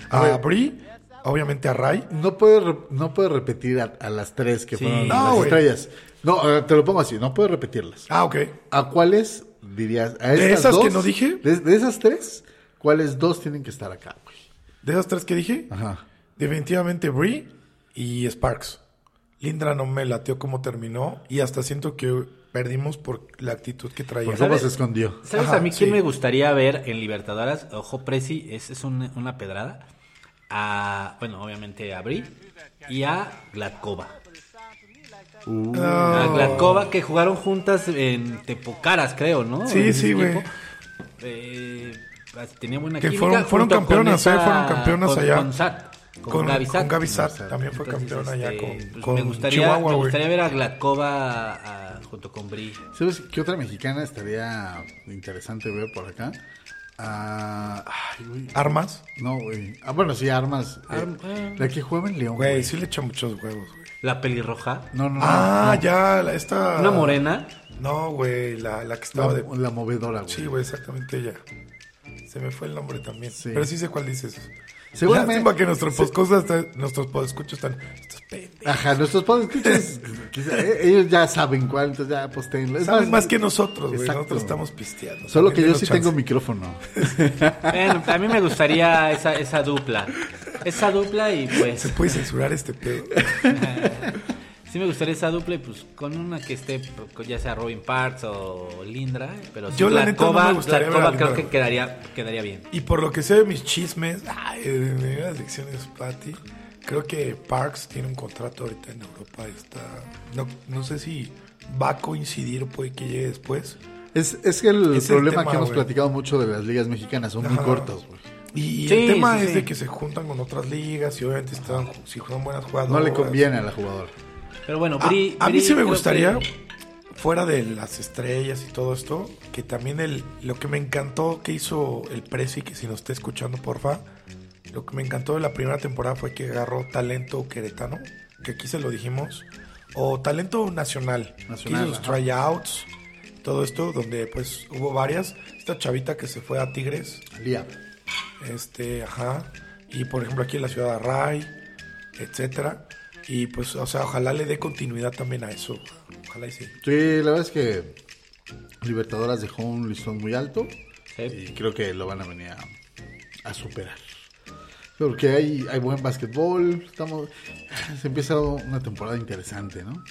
a, A ver. Bri, obviamente a Ray. No puede, re- no puede repetir a, a las tres que Sí. fueron No, las güey. estrellas. No, eh, te lo pongo así, no puede repetirlas. Ah, ok. ¿A cuáles dirías? ¿A ¿De estas esas dos? que no dije? De, de esas tres, ¿cuáles dos tienen que estar acá, güey? De esas tres que Ah. dije, Ajá. definitivamente Bri y Sparks. Lindra no me lateó como terminó y hasta siento que perdimos por la actitud que traía. ¿Por cómo ¿Sabes? se escondió? ¿Sabes Ajá, a mí quién sí. me gustaría ver en Libertadoras? Ojo, Prezi, es, es un- una pedrada. A, bueno, obviamente a Bri y a Gladkova. Uh. A Gladkova que jugaron juntas en Tepocaras, creo, ¿no? Sí, En sí, ese güey. tiempo. Eh, tenía buena Que química. fueron- fueron junto con campeonas, ¿eh? Fueron campeonas con- allá. Con Sat. Con, Con, Gaby Sat. con Gaby Sat, Gaby Sat. también fue Entonces, campeona allá este, con, pues, con me gustaría, Chihuahua, me güey. gustaría ver a Gladkova a- junto con Bri. ¿Sabes qué otra mexicana estaría interesante ver por acá? Ah, ay, güey. Armas. No, güey. Ah, bueno, sí, armas. eh, Arm- ah. la que jugaba en León. Güey, güey. sí le echa muchos huevos, güey. La pelirroja. No, no, no. Ah, ya, la- esta... Una morena. No, güey, la, la que estaba la, de... la movedora, güey. Sí, güey, exactamente ella. Se me fue el nombre también. Sí. Pero sí sé cuál dices. Seguramente- Lástima que nuestros podcasts están- nuestros podescuchos están... Estos pendejos. Ajá, nuestros podcasts, Eh, ellos ya saben cuál, entonces ya postéenlo. Es Saben más que nosotros, güey. Exacto. Nosotros estamos pisteando. Solo que yo También denos sí chance. tengo micrófono. Bueno, a mí me gustaría esa, esa dupla. Esa dupla y Se pues... puede censurar este pedo. Sí me gustaría esa dupla y pues con una que esté, con- ya sea Robin Parts o Lindra. Pero sí, Yo, la neta, no Gladkova- me gustaría ver a Gladkova Lindra, creo que güey. quedaría, quedaría bien. Y por lo que sé de mis chismes, ay, de mis adicciones, Patty, creo que Parks tiene un contrato ahorita en Europa. Está, no, no sé si va a coincidir o puede que llegue después. Es, es que el Es el problema tema, que hemos güey. platicado mucho de las ligas mexicanas, son muy Ajá. cortas, güey. Y y Sí, el tema sí, es sí. de que se juntan con otras ligas y obviamente están, si juegan buenas jugadoras. No le conviene a la jugadora. Pero bueno, A, Bri... a mí Bri sí me creo que- gustaría, fuera de las estrellas y todo esto, que también el, lo que me encantó que hizo el Prezi, que si nos está escuchando, porfa, lo que me encantó de la primera temporada fue que agarró talento queretano, que aquí se lo dijimos, o talento nacional, Nacional, que hizo sus ajá. tryouts, todo esto, donde pues hubo varias. Esta chavita que se fue a Tigres, Lía. este, ajá. Y por ejemplo aquí en la ciudad de Array, etcétera. Y pues, o sea, ojalá le dé continuidad también a eso. Ojalá y sí. Sí, la verdad es que Libertadoras dejó un listón muy alto Sí. y creo que lo van a venir a, a superar. Porque hay, hay buen básquetbol, estamos, se empieza una temporada interesante, ¿no?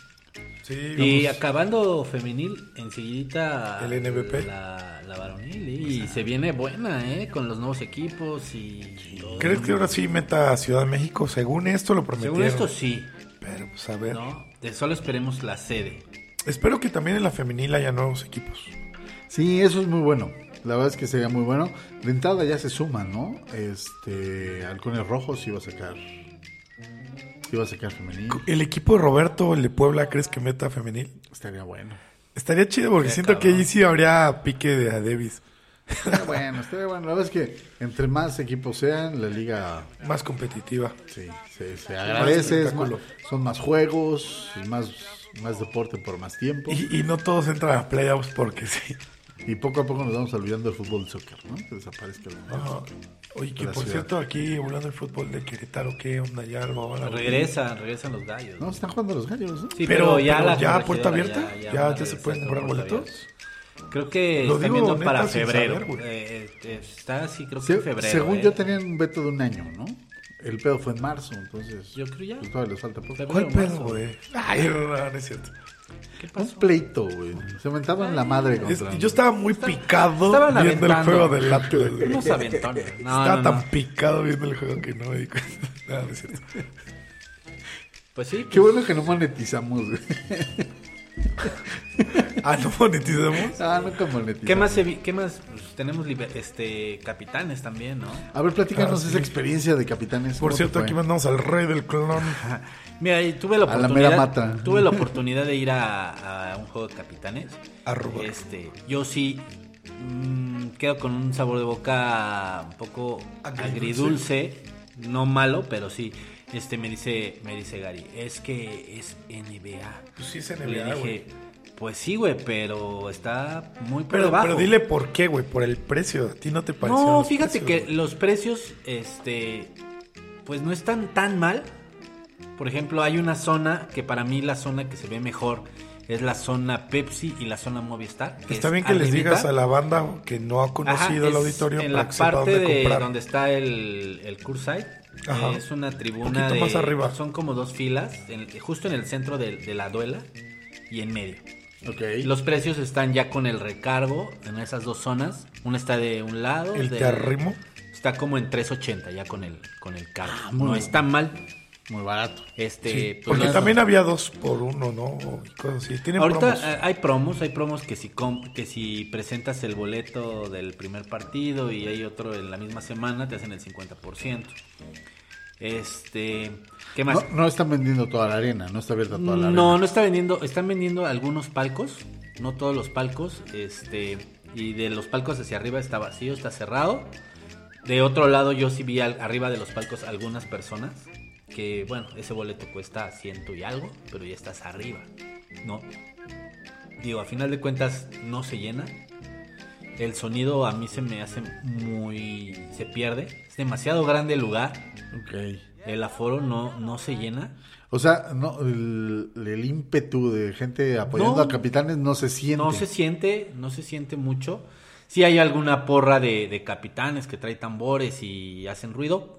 Sí, Y acabando femenil, enseguidita El NBP. La, la varonil. Y se viene buena, ¿eh? Con los nuevos equipos y... todo. ¿Crees que ahora sí meta a Ciudad de México? Según esto lo prometieron. Según esto, sí. Pero pues a ver. ¿no? De solo esperemos la sede. Espero que también en la femenil haya nuevos equipos. Sí, eso es muy bueno. La verdad es que sería muy bueno. De entrada ya se suman, ¿no? Este, Halcones Rojos iba a sacar. Iba a sacar femenino. El equipo de Roberto, el de Puebla, ¿crees que meta femenil? Estaría bueno. Estaría chido porque Sí, siento cabrón. que allí sí habría pique de a Davis. Estaría bueno, estaría bueno. La verdad es que entre más equipos sean, la liga Más competitiva. sí, se, se agradece. es más- espectáculo. son más juegos, es más, más deporte por más tiempo. Y, y no todos entran a playoffs porque sí. Y poco a poco nos vamos olvidando del fútbol soccer, ¿no? Que desaparezca el mundo. Ajá. Oye, que La por ciudad. cierto, aquí volando el fútbol de Querétaro, ¿qué onda ya? Algo ahora. Pues Regresan, regresan los gallos. No, están jugando los gallos, ¿no? Sí, Pero, ya, la ya puerta corregidora abierta, ya, ya, van a se regresar pueden con comprar puerta boletos. abierta. Creo que Lo están digo viendo neta para sin febrero. saber, güey. Eh, eh, está así, creo que Se- en febrero. según eh. yo tenían un veto de un año, ¿no? El pedo fue en marzo, entonces. Yo creo ya. pues todavía les falta poco. Febrero, ¿Cuál pedo, marzo. güey? Ay, no, no es cierto. ¿Qué Un pasó? pleito, güey. Se aventaban la madre Es- contra. yo estaba muy picado estaban viendo el aventando. juego del Atlas. güey. Unos aventones. No, estaba no, no. tan picado viendo el juego que no me di cuenta. No, no es cierto. Pues sí, Qué bueno que no monetizamos, güey. Ah, ¿no monetizamos? Ah, nunca monetizamos. ¿Qué más, se vi- ¿Qué más? Pues tenemos liber- este capitanes también, ¿no? A ver, platícanos Ah, sí. esa experiencia de capitanes. Por ¿Cómo cierto, te fue? aquí mandamos al rey del clon. Mira, y tuve la A la oportunidad. mera mata. Tuve la oportunidad de ir a, a un juego de capitanes. A robar. Este, yo sí mm, quedo con un sabor de boca un poco Agridulce. agridulce. no malo, pero sí. Este me dice, me dice Gary, es que es NBA. Pues sí, es Y Le NBA, güey. dije, pues sí, güey, pero está muy por Pero, debajo. pero dile por qué, güey, por el precio. ¿A ti no te pareció? No, los fíjate precios, que güey? los precios, este, pues no están tan mal. Por ejemplo, hay una zona que para mí la zona que se ve mejor es la zona Pepsi y la zona Movistar. que Está es bien que les arribita. digas a la banda que no ha Ajá, conocido el es auditorio en para la que sepa parte dónde de comprar. donde está el, el Curside. Ajá. Es una tribuna Poquito de, más arriba. son como dos filas, en- justo en el centro de- de la duela y en medio. Ok. Los precios están ya con el recargo en esas dos zonas. Una está de un lado. ¿El de- te arrimo? Está como en 3.80 ya con el, con el cargo. Ah, muy no bien. está mal. Muy barato. Este, Sí, pues, porque no- también había dos por uno, ¿no? O cosas así. Tienen Ahorita promos. eh, hay promos, hay promos que si com- que si presentas el boleto del primer partido y hay otro en la misma semana, te hacen el 50%. Este, ¿qué más? No, no están vendiendo toda la arena, no está abierta toda la arena. No, no está vendiendo, están vendiendo algunos palcos, no todos los palcos, este, y de los palcos hacia arriba está vacío, está cerrado. De otro lado yo sí vi al- arriba de los palcos algunas personas que, bueno, ese boleto cuesta ciento y algo, pero ya estás arriba, ¿no? Digo, a final de cuentas no se llena. El sonido a mí se me hace muy... se pierde. Es demasiado grande el lugar. Ok. El aforo no, no se llena. O sea, no, el, el ímpetu de gente apoyando No. a capitanes no se siente. No se siente, no se siente mucho. Sí hay alguna porra de, de capitanes que trae tambores y hacen ruido.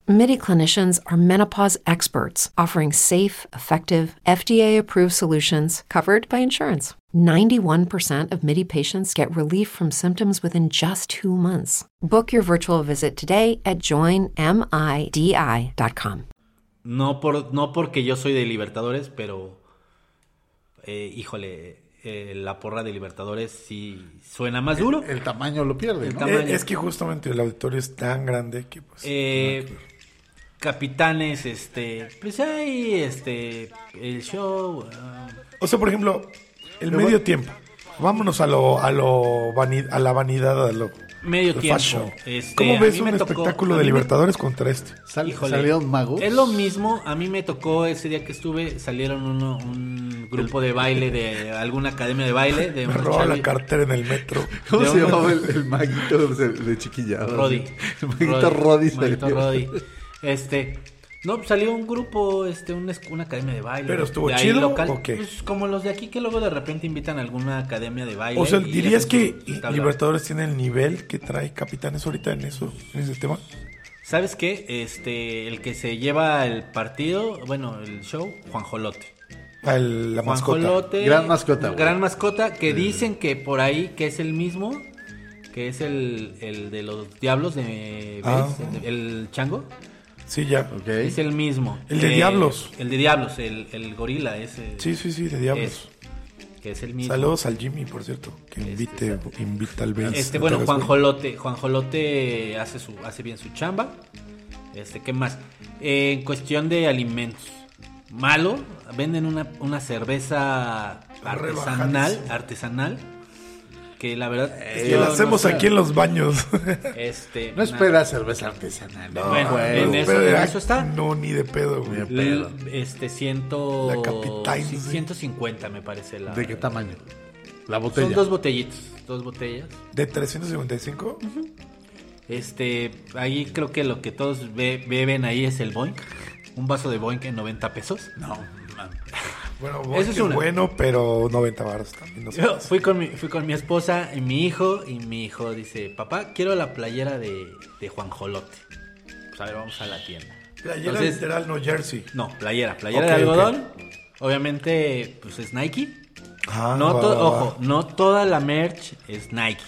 MIDI clinicians are menopause experts offering safe, effective, FDA approved solutions covered by insurance. 91% of MIDI patients get relief from symptoms within just two months. Book your virtual visit today at joinmidi.com. No, por, no porque yo soy de Libertadores, pero eh, híjole, eh, la porra de Libertadores sí suena más duro. El tamaño lo pierde, El ¿no? tamaño. Eh, es que justamente el auditorio es tan grande que pues... Eh, capitanes, este, pues hay este, el show. ah, O sea, por ejemplo, el Pero medio bueno. tiempo. Vámonos a lo, a lo vani- a la vanidad, a lo, medio The Fat tiempo. Show. Este, a ¿Cómo mí ves un me tocó- espectáculo a de mí me- Libertadores contra este? Sal- Híjole, salieron magos. Es lo mismo, a mí me tocó ese día que estuve, salieron uno- un grupo de baile de alguna academia de baile. De Me unos roba la chavi- cartera en el metro. ¿Cómo de se un- llamaba el, el maguito de, de chiquilla? Roddy. El maguito Roddy. Maguito salió. Roddy. Este. No, pues, salió un grupo, este, un es- una academia de baile. ¿Pero estuvo de ahí chido o qué? Pues, como los de aquí que luego de repente invitan a alguna academia de baile. O sea, y ¿dirías hacen que su tabla. Libertadores tiene el nivel que trae Capitanes ahorita en eso, en ese tema? ¿Sabes qué? Este, el que se lleva el partido, bueno, el show, Juan Jolote. Al- la mascota. Juanjolote, Gran mascota, güey. Gran mascota que dicen que por ahí que es el mismo, que es el, el de los diablos de Ah. ¿ves? el chango. Sí, ya. Ok. Es el mismo. Eh, El de diablos. El de diablos, el, el gorila ese. Sí, sí, sí, de es, diablos. que es el mismo. Saludos al Jimmy, por cierto, que invite, invita al base. Este, No bueno, te hagas, Juan güey. Jolote, Juan Jolote hace su, hace bien su chamba. Este, ¿qué más? Eh, en cuestión de alimentos. Malo, venden una, una cerveza artesanal, Rebajadísima. artesanal. Que la verdad. Que yo Eh, la no hacemos sé, aquí en los baños. Este, No nada. espera cerveza artesanal. No, Bueno, güey. en eso- Pero, eso está. No, ni de pedo, güey. Ni de L- pedo. Este, ciento. La Capitaine, sí. 150 me parece la. ¿De qué tamaño? La botella. Son dos botellitos, dos botellas. ¿De 355? Este, ahí creo que lo que todos be- beben ahí es el boink. Un vaso de boink en 90 pesos. No, mames. Bueno, vodka es es una. bueno, pero 90 baros también. No sé. Yo fui con mi, fui con mi esposa y mi hijo, y mi hijo dice, papá, quiero la playera de, de Juan Jolote. Pues a ver, vamos a la tienda. Playera Entonces- literal, no jersey. No, playera, playera Ok, de ok. algodón. Obviamente, pues es Nike. Ah, no va, to- va, va. ojo, no toda la merch es Nike.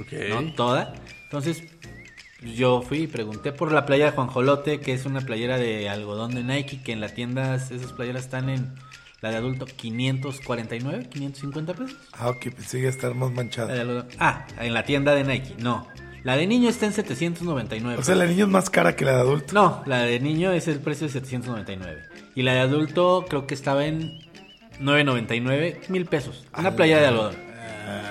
Ok. No toda. Entonces, yo fui y pregunté por la playa de Juanjolote, que es una playera de algodón de Nike, que en las tiendas esas playeras están en la de adulto 549, 550 pesos. Ah, ok, pensé que iba a estar más La de manchada. algodón. Ah, en la tienda de Nike, no. La de niño está en 799. O sea, la niña es más cara que la de adulto. No, la de niño es el precio de 799. Y la de adulto creo que estaba en 999, mil pesos. Una playera de algodón. Ah,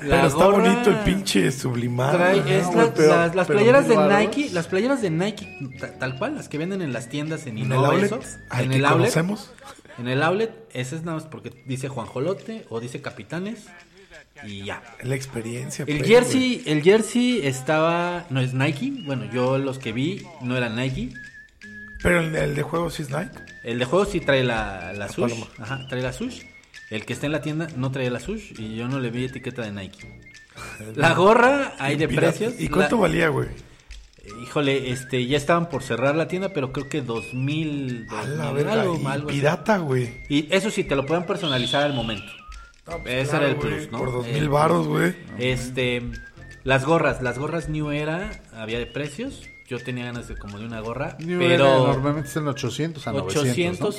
pero está gorra- bonito el pinche sublimado. Trae- Ah, ¿no? es güey, la- pero- las, las pero playeras de mil varos. Nike, las playeras de Nike, ta- tal cual, las que venden en las tiendas en, ¿En el Innova, outlet? eso, Al en que el outlet, conocemos. en el outlet, ese es nada más porque dice Juanjolote o dice Capitanes y ya. Es La experiencia. El pues, güey. jersey, el jersey estaba, no es Nike, bueno, yo los que vi no eran Nike. Pero el, el de juego sí es Nike. El de juego sí trae la, la sush, paloma. ajá, trae la sush. El que está en la tienda no trae la sush y yo no le vi etiqueta de Nike. La gorra hay de Pirata. precios. ¿Y cuánto la- valía, güey? Eh, Híjole, este, ya estaban por cerrar la tienda, pero creo que 2000, A la 2000, verga. algo, y algo así. pirata, güey. Y eso sí, te lo pueden personalizar al momento. Ese pues Claro, era el güey, plus, ¿no? Por dos Eh, mil baros, güey. Este, las gorras, las gorras New Era, había de precios. Yo tenía ganas de como de una gorra, New Era pero normalmente están 800 a 900.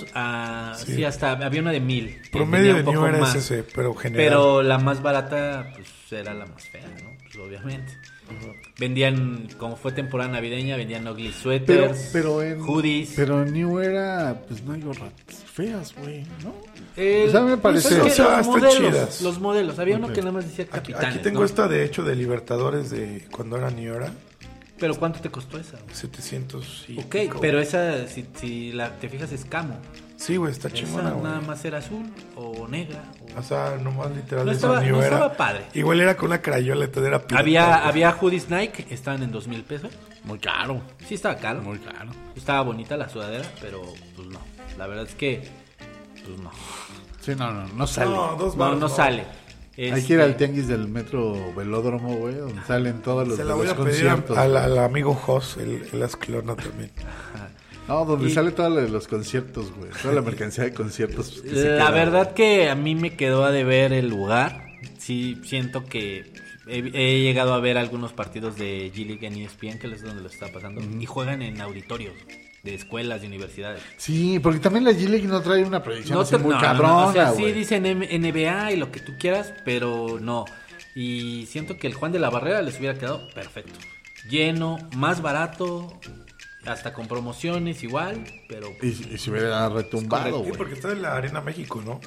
800 a, sí. hasta, había una de 1000. que tenía Promedio un de New poco Era más. es ese, pero general. Pero la más barata, pues era la más fea, ¿no? Pues obviamente. Vendían, como fue temporada navideña, vendían ugly Pero, sweaters, pero en. hoodies. Pero en New Era, pues no hay gorras feas, güey, ¿no? El- o sea, me pues, parece- es que o sea, los están modelos, chidas. los modelos. Había uno Ok. que nada más decía Aquí, capitán. aquí tengo esta, de hecho, de Libertadores de cuando era New Era. Pero ¿cuánto te costó esa? 700 y. Ok, pico. pero esa, si, si la, te fijas, es camo. Sí, güey, está chingona, Esa güey. nada más era azul o negra. o- O sea, nomás literal. No esa estaba- New no Era. estaba padre. Igual era con una crayola, entonces era pirata, Había, güey. había hoodies Nike, estaban en dos mil pesos. Muy caro. Sí, estaba caro. Muy caro. Estaba bonita la sudadera, pero pues no. La verdad es que, pues no. Sí, no, no, no sale. No, dos No, este baros, no sale. Hay que ir al tianguis del metro velódromo, güey, donde salen todos los, Se la de voy los a pedir a- conciertos. al, al amigo Jos, el, el Asclona también. No, donde Y- sale toda la de los conciertos, güey. Toda la mercancía de conciertos. pues, que se La queda. verdad que a mí me quedó a deber el lugar. Sí, siento que he, he llegado a ver algunos partidos de G-League en E ESPN, que es donde lo está pasando, y juegan en auditorios de escuelas, de universidades. Sí, porque también la G-League no trae una predicción así te- muy no, no, cabrona, no, o sea, sí güey. dicen M- NBA y lo que tú quieras, pero no. Y siento que el Juan de la Barrera les hubiera quedado perfecto. Lleno, más barato, hasta con promociones igual, pero... Y, y se hubiera retumbado, Sí, güey. porque está en la Arena México, ¿no?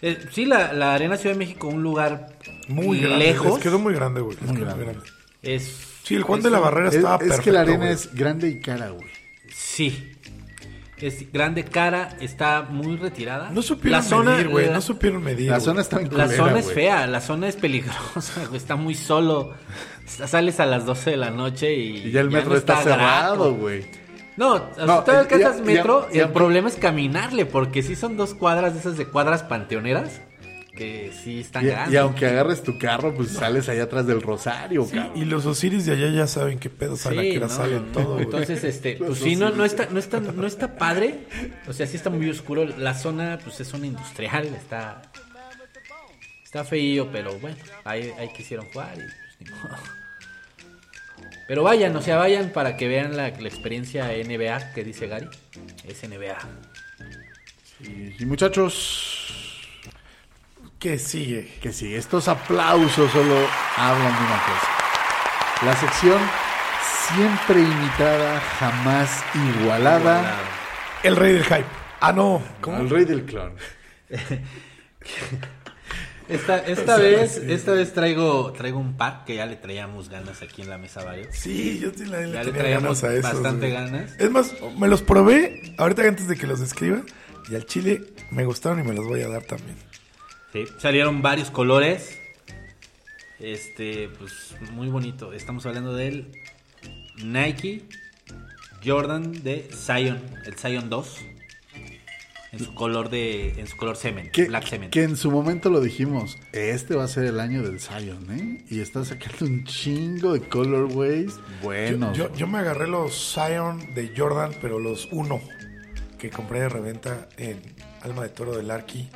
Eh, sí, la, la Arena Ciudad de México, un lugar Muy grande. lejos. Les quedó muy grande, güey. les Muy quedó grande. Es, Sí, el Juan de la Barrera Es, estaba es perfecto. que la arena güey. es grande y cara, güey. sí. Es grande cara, está muy retirada. No supieron la zona, medir, güey. la- No supieron medir. La güey. zona está en La culera, zona es güey. fea, la zona es peligrosa, güey, está muy solo. S- Sales a las 12 de la noche y, Y ya el metro no está, cerrado, grato. güey. No, o sea, No, tú ya- alcanzas ya- metro, ya- el problema es caminarle, porque sí son dos cuadras de esas de cuadras panteoneras, que sí están Y, grandes. y aunque agarres tu carro, pues sales allá atrás del rosario, Sí, cabrón. y los Osiris de allá ya saben qué pedo Sí, para que no, la salen no, todo. güey. Entonces, este, Los pues sí, no, no está, no está, no está padre. O sea, sí está muy oscuro. La zona, pues es zona industrial, está. Está feío, pero bueno, ahí, ahí quisieron jugar y pues, ni modo. Pero vayan, o sea, vayan para que vean la, la experiencia NBA que dice Gary. Es NBA. Y, y muchachos, ¿Qué sigue? que sí, estos aplausos solo hablan de una cosa. La sección siempre imitada, jamás igualada. El rey del hype. Ah, no. ¿Cómo? Al rey del clan. Esta, esta vez, esta vez traigo, traigo un pack que ya le traíamos ganas aquí en la mesa varios. Sí, yo sí la, le Ya le tenía traíamos ganas a esos, bastante güey. ganas. Es más, me los probé ahorita antes de que los escriba. Y al chile me gustaron y me los voy a dar también. Sí, salieron varios colores. Este, pues muy bonito. Estamos hablando del Nike Jordan de Zion, el Zion 2. En su color de en su color semen, Que, black semen. que en su momento lo dijimos, este va a ser el año del Zion, ¿eh? Y está sacando un chingo de colorways Yo, buenos. yo, yo me agarré los Zion de Jordan, pero los uno que compré de reventa en Alma de Toro del Arqui,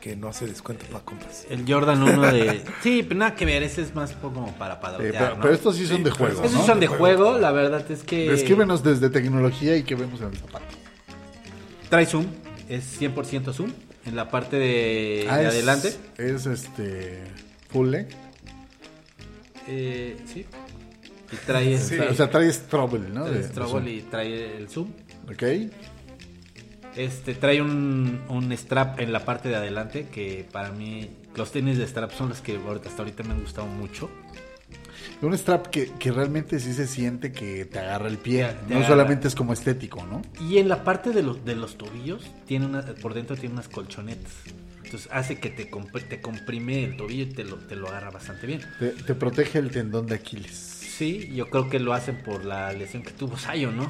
que no hace descuento para compras. El Jordan 1 de Sí, pero nada que ver, ese es más como para Eh, padrotear, pero, ¿no? pero estos sí son de juego, Esos ¿no? son de De juego, juego. la verdad es que Escríbenos desde tecnología y que vemos Eh, en el zapato. trae zoom, es 100% zoom en la parte de, Ah, de es- adelante. Es este. Full leg. Eh, sí. Y trae O este- sea, O sea, trae Strobel, ¿no? Trae De- Strobel y trae el zoom. Ok. Este trae un, un strap en la parte de adelante que para mí los tenis de strap son los que ahorita- hasta ahorita me han gustado mucho. Un strap que, que realmente sí se siente que te agarra el pie. Te- te no agarra. solamente es como estético, ¿no? Y en la parte de los de los tobillos tiene una, por dentro tiene unas colchonetas. Entonces hace que te, compr- te comprime el tobillo y te lo, te lo agarra bastante bien. Te, te protege el tendón de Aquiles. Sí, yo creo que lo hacen por la lesión que tuvo Sayo, ¿no?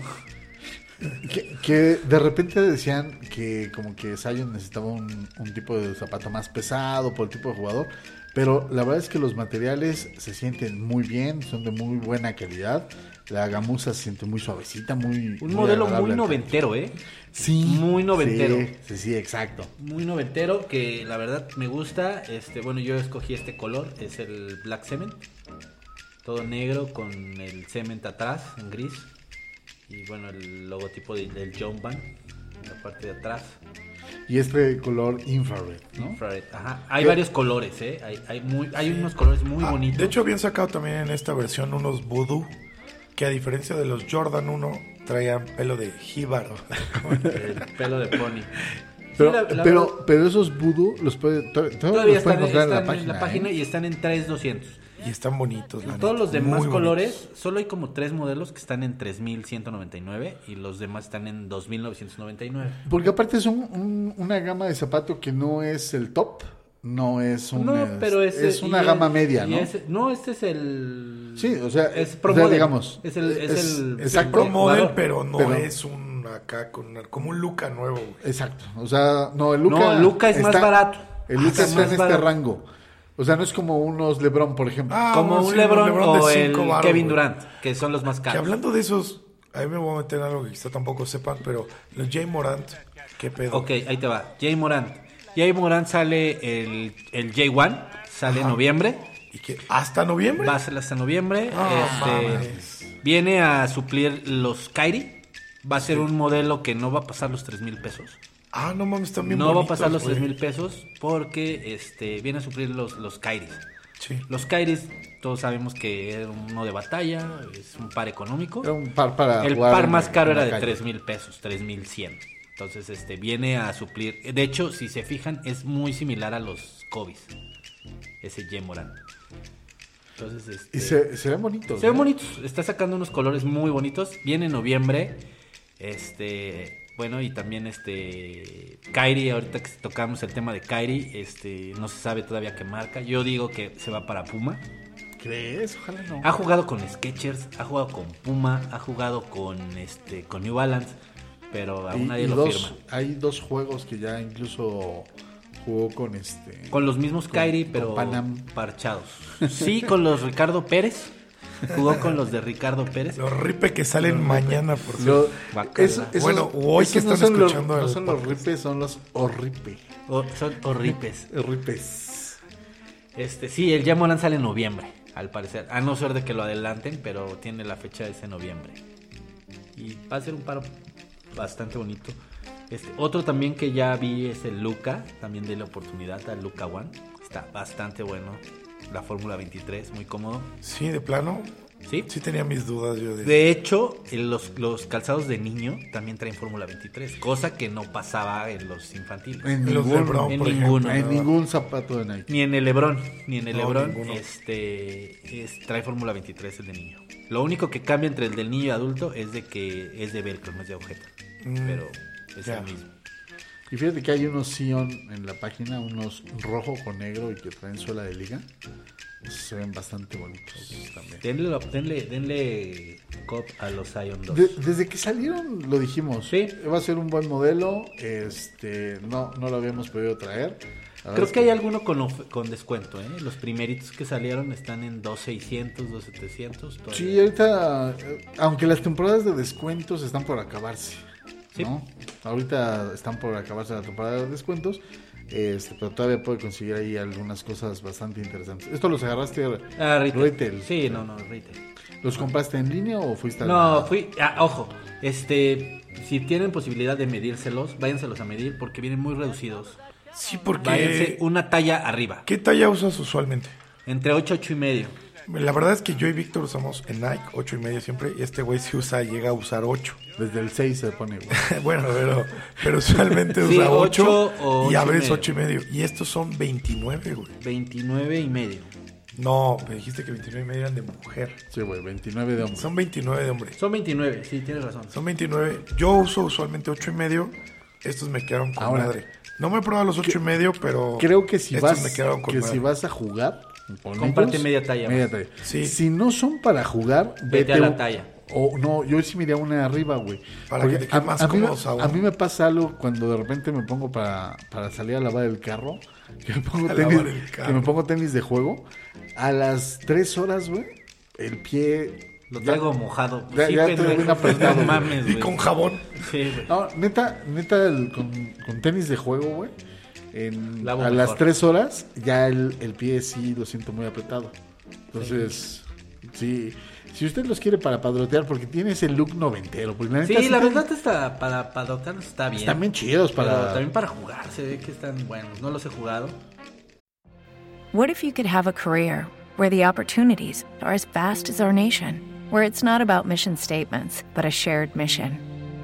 Que, que de repente decían que como que Zion necesitaba un, un tipo de zapato más pesado por el tipo de jugador. Pero la verdad es que los materiales se sienten muy bien, son de muy buena calidad. La gamuza se siente muy suavecita, muy... Un modelo agradable muy al noventero, ¿eh? Sí. Muy noventero. Sí, sí, sí, exacto. Muy noventero, que la verdad me gusta. Este, bueno, yo escogí este color, es el Black Cement. Todo negro con el cement atrás, en gris. Y bueno, el logotipo de- del John Van, en la parte de atrás. Y este color infrared, ¿no? Infrared, ajá. Hay ¿Qué? varios colores, ¿eh? Hay, hay muy, hay unos colores muy Ah, bonitos. De hecho, habían sacado también en esta versión unos voodoo que a diferencia de los Jordan 1 traían pelo de jíbaro. el pelo de pony. Sí, Pero, la- la pero, verdad, pero esos vudú los puede, to- to- todavía los puede están, encontrar están en la página ¿eh? y están en 3200. y están bonitos. pues, la En todos neta, los demás muy colores, bonitos. solo hay como tres modelos que están en 3.199 y los demás están en 2.999. Porque aparte es un- un- una gama de zapato que no es el top, no es un... no, pero es, ese- es una y gama es- media, y ¿no? ese- no, este es el... Sí, o sea, es o pro sea, model. digamos, Es el... Es, es- el Es exacto. el pro el model, jugador. pero no Pero- es un acá con una- como un Luca nuevo. güey. Exacto, o sea, no, el Luca... No, el Luca es más barato. El Luca Ah, está en más este barato. rango. O sea, no es como unos Lebron, por ejemplo. Ah, Como bueno, un sí, LeBron, o de el cinco varos, Kevin güey. Durant, que son los más Que caros. hablando de esos, a mí me voy a meter en algo que quizá tampoco sepan, pero los Jay Morant, qué pedo. Ok, ahí te va. Jay Morant. Jay Morant sale el, el J1, sale en noviembre. Y que hasta noviembre. Va a ser hasta noviembre. Ah, No este, viene a suplir los Kairi. Va a ser un modelo que no va a pasar los 3 mil pesos. Ah, no mames, están bien No va a bonitos, pasar los güey. 3 mil pesos porque este, viene a suplir los, los Kairis. Sí. Los Kairis, todos sabemos que era uno de batalla, es un par económico. Era un par para El jugar par en- más caro en la era de calle. 3 mil pesos, 3 mil 100. Entonces, este, viene a suplir. De hecho, si se fijan, es muy similar a los Kobe's. Ese J. Morant. Entonces, este, Y se, se ven bonitos. ¿eh? se ven ¿no? bonitos. Está sacando unos colores muy bonitos. Viene en noviembre. Este. Bueno, y también este. Kairi, ahorita que tocamos el tema de Kairi, este. No se sabe todavía qué marca. Yo digo que se va para Puma. ¿Crees? Ojalá no. Ha jugado con Skechers, ha jugado con Puma, ha jugado con este. con New Balance. Pero aún Y- nadie y lo dos- firma. Hay dos juegos que ya incluso jugó con este. Con los mismos Kairi, con pero Pan Am. parchados. Sí, con los Ricardo Pérez. Jugó con los de Ricardo Pérez. Los ripe que salen mañana, por Lo- cierto. Guacala. Bueno, hoy que esos no están son los- escuchando no el son los ripes, son los orripe. O- son horripes. Ripes. Este, sí, el Yamoran sale en noviembre, al parecer. A no ser de que lo adelanten, pero tiene la fecha de ese noviembre. Y va a ser un paro bastante bonito. Este, otro también que ya vi es el Luca, también de la oportunidad al Luca One. Está bastante bueno. La Fórmula 23, muy cómodo. Sí, de plano. ¿Sí? Sí tenía mis dudas yo de... De hecho, en los, los calzados de niño también traen Fórmula 23, cosa que no pasaba en los infantiles. En Los del ninguno. Brown, en por ninguno. ejemplo. En ningún zapato de Nike. Ni en el Lebrón, ni en el No, Lebrón, ninguno. este, es- trae Fórmula 23 el de niño. Lo único que cambia entre el del niño y adulto es de que es de velcro, no es de agujeta. Mm, pero es ya. el mismo. Y fíjate que hay unos Sion en la página, unos rojo con negro y que traen suela de liga. Esos se ven bastante bonitos también. Denle, la- denle, denle cop a los Ion 2. De- desde que salieron lo dijimos. Sí. Va a ser un buen modelo. Este, no, no lo habíamos podido traer. La verdad Creo es que hay alguno con, of- con descuento, ¿eh? Los primeritos que salieron están en 2600, 2700. todavía. Sí, ahorita, eh, aunque las temporadas de descuentos están por acabarse, Sí. ¿no? Ahorita están por acabarse la temporada de descuentos, este, pero todavía puede conseguir ahí algunas cosas bastante interesantes. ¿Esto los agarraste, Ah, retail. Retail. Sí, no, no, retail. los compraste en línea o fuiste a No, la- fui. ah, ojo, este. Si tienen posibilidad de medírselos, váyanselos a medir porque vienen muy reducidos. Sí, porque... Váyanse una talla arriba, ¿Qué talla usas usualmente? entre 8, 8 y medio. La verdad es que yo y Víctor usamos en Nike 8 y medio siempre y este güey sí usa, llega a usar 8. Desde el 6 se pone, güey. bueno, pero, pero usualmente Sí, usa 8, ocho o y ocho y abres medio. 8 y medio. Y estos son 29, güey. 29 y medio. No, me dijiste que 29 y medio eran de mujer. Sí, güey, 29 de hombre. Son 29 de hombre. Son 29, sí, tienes razón. Son 29. Yo uso usualmente 8 y medio. Estos me quedaron con Ahora, madre. No me he probado los 8 y medio, pero Creo que si estos vas, me quedaron con que madre. si vas a jugar, con Comparte media talla media más. talla. Sí. Si no son para jugar, Vete a la un- talla. O no, yo sí me iría una arriba, güey. Para Porque que te quede más mí me- cómodos aún. a mí me pasa algo cuando de repente me pongo para, para salir a lavar el carro, que me pongo A tenis, lavar el carro. que me pongo tenis de juego. A las tres horas, güey, el pie Lo ya- traigo mojado. Ya- ya te pendejo, ven apretado, No güey. mames, Y güey. con jabón. Sí, güey. No, neta, neta, el- con, con tenis de juego, güey. en- a Lavo las mejor. 3 horas ya el, el pie sí lo siento muy apretado. Entonces, sí. Si usted los quiere para padrotear, porque tiene ese look noventero. Porque la neta Sí, la están- verdad está para, para adoptarlos está bien. Están bien chidos Pero para. también para jugar, se ve que están buenos. No los he jugado. What if you could have a career where the opportunities are as vast as our nation, where it's not about mission statements, but a shared mission?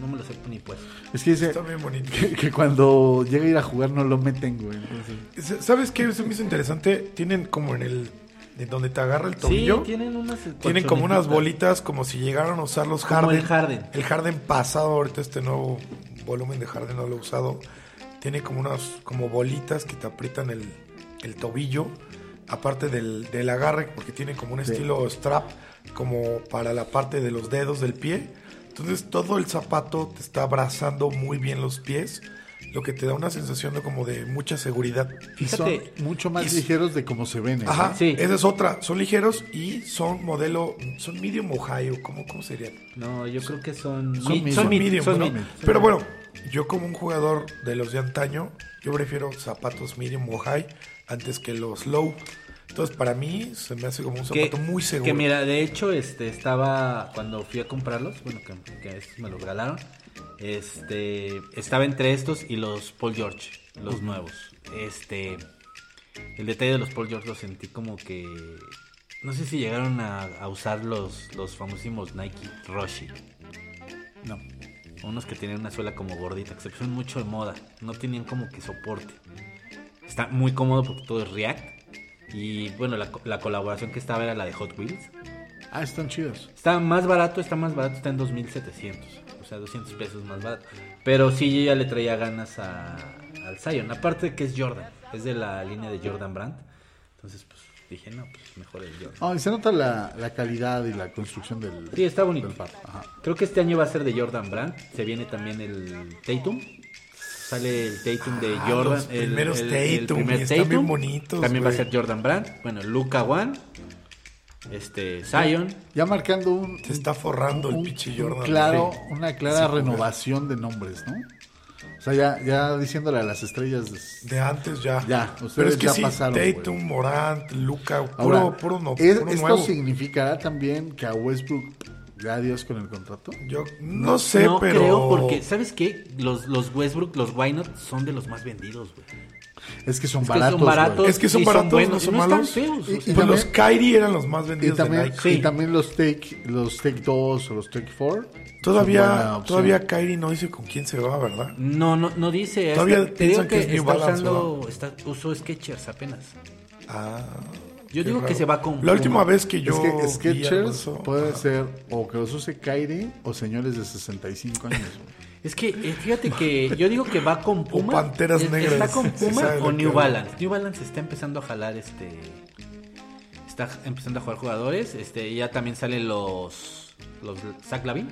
No me los he ni puesto. Es que dice Están bien bonitos. que, que cuando llega a ir a jugar no lo meten, güey. Entonces, ¿Sabes qué se me hizo interesante? Tienen como en el. En donde te agarra el tobillo. Sí, tienen unas. Tienen como unas colchonetitas. bolitas como si llegaran a usar los Como Harden. el Harden. El Harden pasado, ahorita este nuevo volumen de Harden no lo he usado. Tiene como unas como bolitas que te aprietan el, el tobillo, aparte del, del agarre, porque tiene como un estilo strap como para la parte de los dedos del pie. Entonces todo el zapato te está abrazando muy bien los pies lo que te da una sensación de como de mucha seguridad. Y son Fíjate, mucho más es- ligeros de como se ven. ¿eh? Ajá, Sí. esa es otra. Son ligeros y son modelo, son medium Ohio, ¿cómo, cómo sería? No, yo creo que son. Son mid- medium. Son mid, medium, son ¿no? mid. Pero bueno, yo como un jugador de los de antaño, yo prefiero zapatos medium o high antes que los low. Entonces para mí se me hace como un Que, zapato muy seguro. que mira, de hecho, este estaba cuando fui a comprarlos, bueno, que, que estos me los regalaron. Este estaba entre estos y los Paul George, los nuevos. Este el detalle de los Paul George lo sentí como que no sé si llegaron a, a usar los los famosísimos Nike Roshi. No. Unos que tenían una suela como gordita, que se pusieron mucho de moda. No tenían como que soporte. Está muy cómodo porque todo es React. Y bueno, la, co- la colaboración que estaba era la de Hot Wheels. Ah, están chidos. Está más barato, está más barato, está en 2700. O sea, 200 pesos más barato. Pero sí, yo ya le traía ganas a, al Zion. Aparte que es Jordan. Es de la línea de Jordan Brand. Entonces, pues dije, no, pues mejor el Jordan. Ah, y se nota la, la calidad y la construcción del, Sí, está bonito. del par. Ajá. Creo que este año va a ser de Jordan Brand. Se viene también el Tatum. Sale el Tatum de Ah, Jordan. los el- primeros el, Tatum, y están bien bonitos, También va a güey. ser Jordan Brand. Bueno, Luca One. Este, Zion. Ya marcando un, Se está forrando el un- pinche un Jordan. claro, Sí. una clara Sí, güey. renovación de nombres, ¿no? O sea, ya, ya diciéndole a las estrellas. des- De antes ya. Ya, ustedes Pero es que ya sí, pasaron, güey. Tatum, Morant, Luca, puro, Ahora, puro, no, ¿es- puro ¿esto nuevo. significará también que a Westbrook ya adiós con el contrato? Yo no sé, no pero. creo porque, ¿sabes qué? Los, los Westbrook, los Wynot son de los más vendidos, güey. Es que son Es que baratos. son baratos. güey. Es que son Sí, son baratos, no buenos, son no están malos. feos, o Y- sea. pues los Kyrie eran los más Y vendidos de también, Nike. y también los Take los take 2 o los Take 4. Todavía, todavía Kyrie no dice con quién se va, ¿verdad? No, no, no dice. Todavía Hasta- te digo piensan que que, es New está Balance, usando. Está, usó Skechers apenas. Ah. Yo qué digo que raro. se va con. La última Puma. vez que yo. es vi que algo de Sketchers eso- puede Ajá. ser o que los use Kyrie o señores de 65 años. güey. Es que eh, fíjate que yo digo que va con Puma. Panteras es- Negras, Está con sí Puma sabe lo o que New hablo. Balance. New Balance está empezando a jalar este. Está empezando a jugar jugadores. Este, ya también salen los. Los Zach Lavin.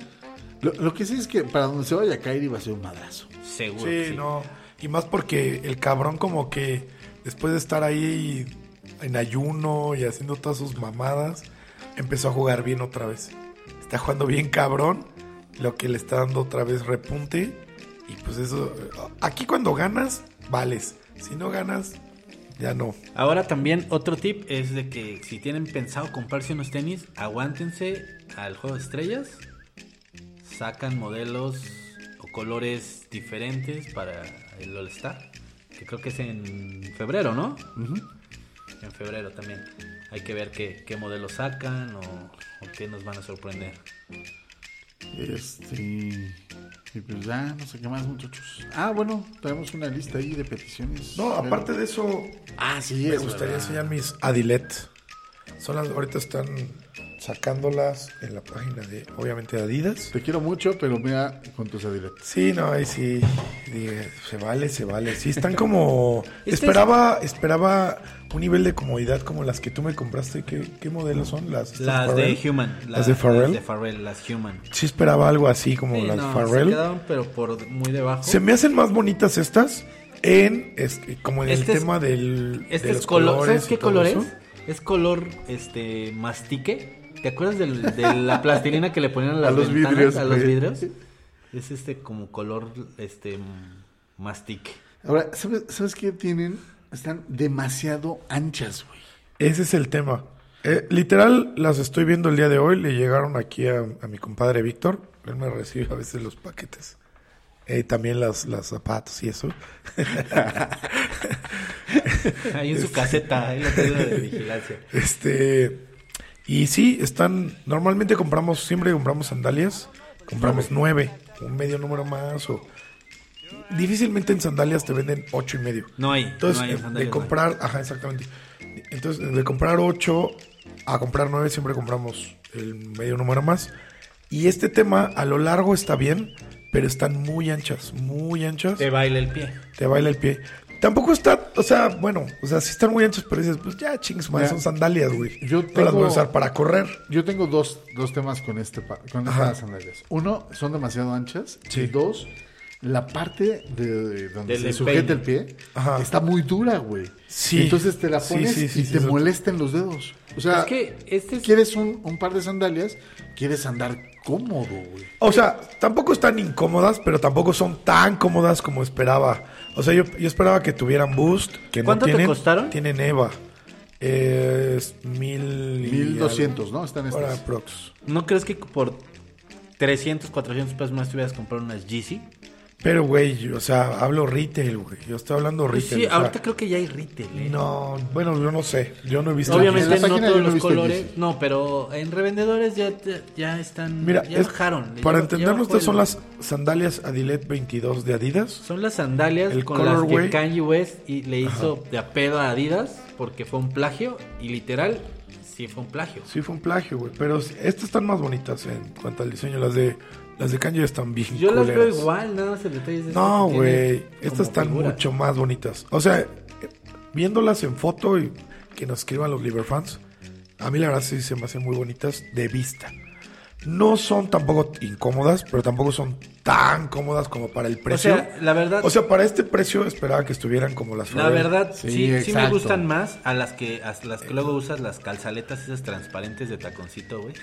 Lo, lo que sí es que para donde se vaya Kyrie va a ser un madrazo. Seguro. que Sí, no. Y más porque el cabrón, como que después de estar ahí en ayuno y haciendo todas sus mamadas, empezó a jugar bien otra vez. Está jugando bien cabrón, lo que le está dando otra vez repunte. Y pues eso. Aquí cuando ganas, vales. Si no ganas, ya no. Ahora también otro tip es de que si tienen pensado comprarse unos tenis, aguántense al juego de estrellas. Sacan modelos o colores diferentes para el All Star. Que creo que es en febrero, ¿no? En febrero también. Hay que ver qué, qué modelos sacan o, o qué nos van a sorprender. Este. Y pues ya, no sé qué más, muchachos. Ah, bueno, tenemos una lista ahí de peticiones. No, aparte de eso, Ah, sí, me es gustaría verdad. enseñar mis Adilet. Son las, ahorita están sacándolas en la página de, obviamente, de Adidas. Te quiero mucho, pero mira con tus adiletes. Sí, no, ahí sí. dije, se vale, se vale. Sí, están como. Este Es que esperaba, esperaba un nivel de comodidad como las que tú me compraste. ¿Qué, qué modelos son? Las, estas Las Farrell? de Human. la- Las de Farrell. Las de Farrell, las Human. Sí, esperaba algo así como Sí, las no, Farrell. Se Se, quedaron pero por muy debajo. me hacen más bonitas estas en. es que como en Este el es- tema del. Este de es los color. ¿Sabes y qué todo color eso. es? Es color este mastique. ¿Te acuerdas del- de la plastilina que le ponían a, las los ventanas, vidrios, a los güey. vidrios? Es este como color este mm, mastique. Ahora, ¿sabes, ¿sabes qué tienen? Están demasiado anchas, güey. Ese es el tema. Eh, literal, las estoy viendo el día de hoy. Le llegaron aquí a, a mi compadre Víctor. Él me recibe a veces los paquetes. Eh, también las, las zapatos y eso. Ahí en su caseta, ahí la tiene de vigilancia. Este. Y sí, están. Normalmente compramos, siempre compramos sandalias. Compramos nueve, un medio número más. o Difícilmente en sandalias te venden ocho y medio. No hay, Entonces, no hay eh, en sandalias, de no comprar, ajá, exactamente. Entonces, de comprar 8 a comprar 9, siempre compramos el medio número más. Y este tema a lo largo está bien, pero están muy anchas, muy anchas. Te Te, baila el pie. baila el pie. Tampoco está, o sea, bueno, o sea, sí están muy anchas, pero dices, pues ya chingues, madre, Mira, son sandalias, güey. yo No las voy tengo- a usar para correr. Yo tengo dos, dos temas con este pa- con Ajá. estas sandalias. Uno, son demasiado anchas. Sí. Y dos, la parte de donde Del se sujeta el empeine. pie Ajá. está muy dura, güey. Sí. Entonces te la Sí, pones sí, sí, y sí, te sí. molestan los dedos. O sea, Es que este es- quieres un, un par de sandalias, quieres andar cómodo, güey. O sea, tampoco están incómodas, pero tampoco son tan cómodas como esperaba. O sea, yo, yo esperaba que tuvieran boost, que no ¿Cuánto te tienen. costaron? Tienen Eva. Es mil... y 1200, ¿no? Están algo. Ahora, estas. prox. ¿No crees que por 300, 400 pesos más te hubieras comprado unas Yeezy? Pero, güey, yo- o sea, hablo retail, güey. Yo estoy hablando Pues retail. sí, o sea, ahorita creo que ya hay retail, ¿eh? No, bueno, yo no sé. Yo no he visto... Obviamente en la no página yo no todos he los visto colores, Yeezy. no, pero en revendedores ya, te- ya están, Mira, ya es- bajaron. para Ya- ya entenderlo, bajó estas el- son las sandalias Adilet 22 de Adidas. Son las sandalias El con las que colorway. Kanye West y- le hizo de a pedo a Adidas porque fue un plagio y literal sí fue un plagio. Sí fue un plagio, güey. Pero s- estas están más bonitas en cuanto al diseño. Las de las de Kanye están bien Yo las veo culeras. igual, nada más el detalle es este No, que tiene güey. como Estas están figura. mucho más bonitas. O sea, eh, viéndolas en foto y que nos escriban los Liberfans, a mí la verdad sí se me hacen muy bonitas de vista. No son tampoco incómodas, pero tampoco son tan cómodas como para el precio. sea, la verdad- O sea, para este precio esperaba que estuvieran como las La Forever. verdad, sí, Sí, sí, me exacto. gustan más a las que a las que luego usas las calzaletas esas transparentes de taconcito, güey.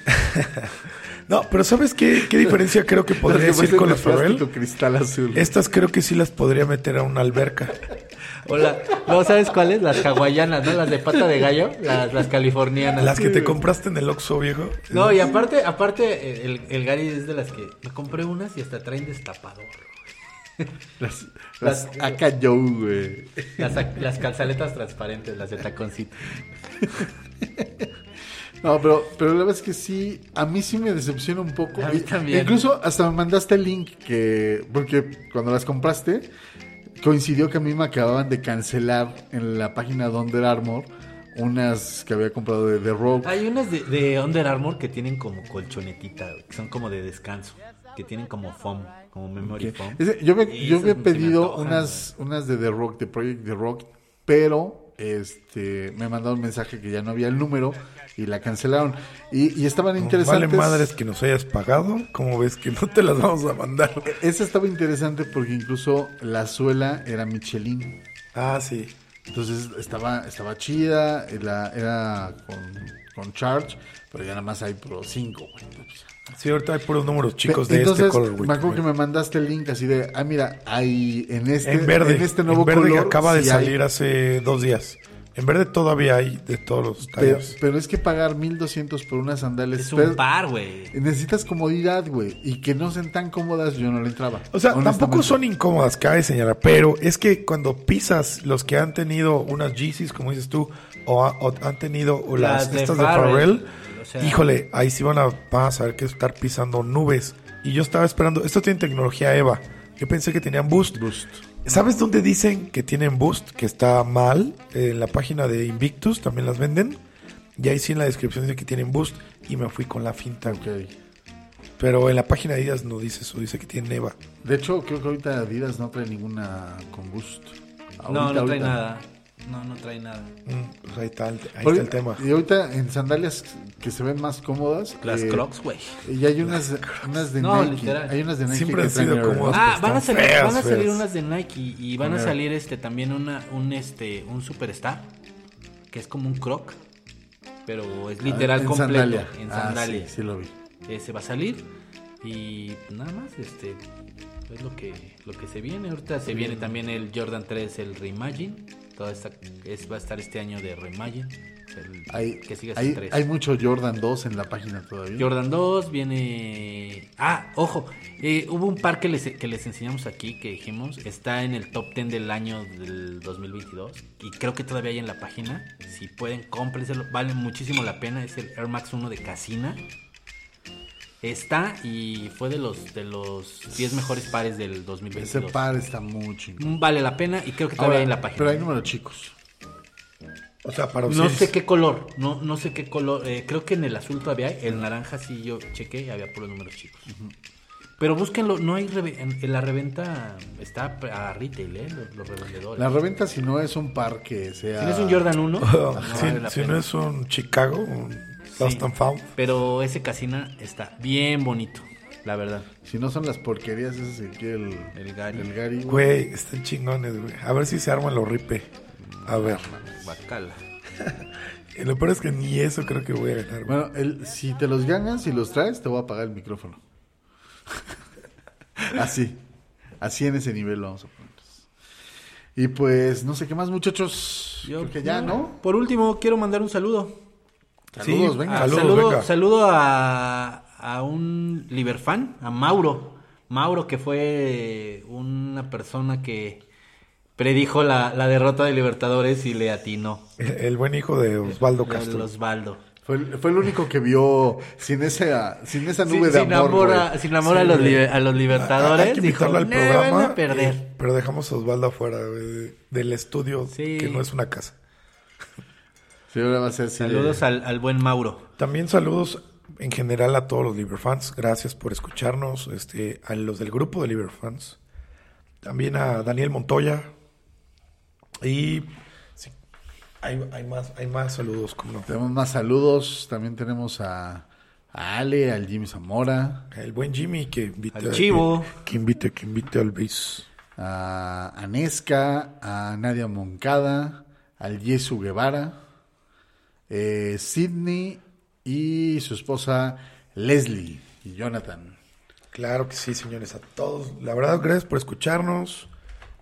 No, pero ¿sabes qué, qué diferencia creo que podría Las que decir con las parecen de Pharrell? plástico cristal azul. Estas creo que sí las podría meter a una alberca. O la, no, ¿sabes cuáles? Las hawaianas, ¿no? Las de pata de gallo, las, las Ah, californianas. Las que te compraste en el Oxxo, viejo. No, y aparte, aparte el, el Gary es de las que me compré unas y hasta traen destapador. Las, las Aka Joe, güey. eh, Las, las calzaletas transparentes, las de taconcito. No, pero, pero la verdad es que sí, a mí sí me decepciona un poco. A mí Y- también. Incluso hasta me mandaste el link que, porque cuando las compraste, coincidió que a mí me acababan de cancelar en la página de Under Armour unas que había comprado de The Rogue. Hay unas de, de Under Armour que tienen como colchonetita, güey, que son como de descanso, que tienen como foam, como memory foam. Es decir, yo me, Y yo esas me he se me pedido antojan, unas, unas de The Rock, de Project The Rock, pero este me mandaron un mensaje que ya no había el número y la cancelaron. Y, y estaban Vale interesantes. madres que nos hayas pagado. Como ves que no te las vamos a mandar? Esa estaba interesante porque incluso la suela era Michelin. Ah, sí. Entonces estaba, estaba chida, era, era con, con charge, pero ya nada más hay pro 5. Sí, ahorita hay puros números chicos de Entonces, este color, güey. me acuerdo que me mandaste el link así de, ah, mira, hay en este, En verde. en este nuevo en verde que color, acaba de sí hay. salir hace dos días. En verde todavía hay de todos los Pero, tallos. pero es que pagar 1200 por unas sandalias. Es pero un par, güey. Necesitas comodidad, güey. Y que no sean tan cómodas, yo no le entraba. O sea, tampoco honestamente. son incómodas, cabe señalar, pero es que cuando pisas los que han tenido unas Yeezys, como dices tú, o, ha- o han tenido o las, Las de estas de Pharrell, Pharrell, o sea- híjole, ahí sí van a, van a saber que es estar pisando nubes. Y yo estaba esperando, esto tiene tecnología EVA. Yo pensé que tenían Boost. Boost. ¿Sabes dónde dicen que tienen Boost? Que está mal. En la página de Invictus también las venden. Y ahí sí en la descripción dice que tienen Boost. Y me fui con la finta, güey. Ok. Pero en la página de ellas no dice eso, dice que tienen EVA. De hecho, creo que ahorita Adidas no trae ninguna con boost. No, Ahorita, no trae ahorita. nada. No, no trae nada. Mm, pues ahí está el, ahí Ahorita- está el tema. Y ahorita en sandalias que se ven más cómodas. Las eh, Crocs, güey. Y hay unas, unas de No, Nike. literal. Hay unas de Nike Siempre que han traen sido Air. cómodas. Ah, pues, van a están salir, feas, van a salir feas. unas de Nike y van a salir este también una un este un superstar que es como un croc, pero es literal En completo sandalia. en Ah, sandalia. sí, sí lo vi. Ese va a salir y nada más este es lo que lo que se viene. Ahorita se viene también el Jordan 3 el Reimagine. Toda esta es va a estar este año de Reimagine. el Hay, que sigue hasta el hay, 3. hay mucho Jordan 2 en la página todavía. Jordan 2, viene... Ah, ojo, eh, hubo un par que les, que les enseñamos aquí, que dijimos, está en el top 10 del año del 2022 y creo que todavía hay en la página. Si pueden, cómprenselo, vale muchísimo la pena, es el Air Max 1 de Casina. Está y fue de los, de los 10 mejores pares del Ese 2022. par está muy chingón. Vale la pena y creo que todavía Ahora, hay en la página. ¿eh? Pero hay números chicos. O sea, para No ustedes. sé qué color, no, no sé qué color. eh, creo que en el azul todavía hay. El naranja sí yo chequé y había puros números chicos. Pero búsquenlo, no hay reve- en, en la reventa está a retail, eh, los, los revendedores. La reventa, si no es un par que sea. Si no es un Jordan 1, no si, vale la si pena. no es un Chicago, un Sí. Lost and Found. Pero ese casina está bien bonito. la verdad. Si no son las porquerías esas que quiere el, El Gary. el Gary, güey. Güey, están chingones, güey. A ver si se arma lo ripe. A ver. Bacala. Y lo peor es que ni eso creo que voy a ganar, güey. Bueno, el, si te los ganas y los traes, te voy a apagar el micrófono. Así. Así en ese nivel lo vamos a poner. Y pues, no sé qué más, muchachos. Yo, pues Creo que ya, ¿no? Por último, quiero mandar un saludo. Saludos, Sí, venga. Ah, Saludos, saludo, venga. saludo a, a un Liberfan, a Mauro. Mauro, que fue una persona que predijo la, la derrota de Libertadores y le atinó. El, el buen hijo de Osvaldo El Castro. Osvaldo. Fue el, fue el único que vio sin esa, sin esa Sin, nube de sin amor. amor, güey. a, sin amor a, los, li- a los Libertadores. Ah, Hay que dijo, invitarlo al "No, van programa. a perder. eh, Pero dejamos a Osvaldo afuera güey, de- del estudio, Sí. que no es una casa. Sí, ahora va a ser así de- Saludos al, al buen Mauro. También saludos en general a todos los Liberfans. Gracias por escucharnos. Este, a los del grupo de Liberfans. También a Daniel Montoya. Y sí, hay, hay más, hay más saludos, como no. Tenemos más saludos. También tenemos a, a Ale, al Jimmy Zamora, El buen Jimmy que invita Al Chivo. Que, invite, que invite al bis. a Anesca, a Nadia Moncada, al Yesu Guevara, eh, Sidney y su esposa Leslie y Jonathan. Claro que sí, señores, a todos. La verdad, gracias por escucharnos.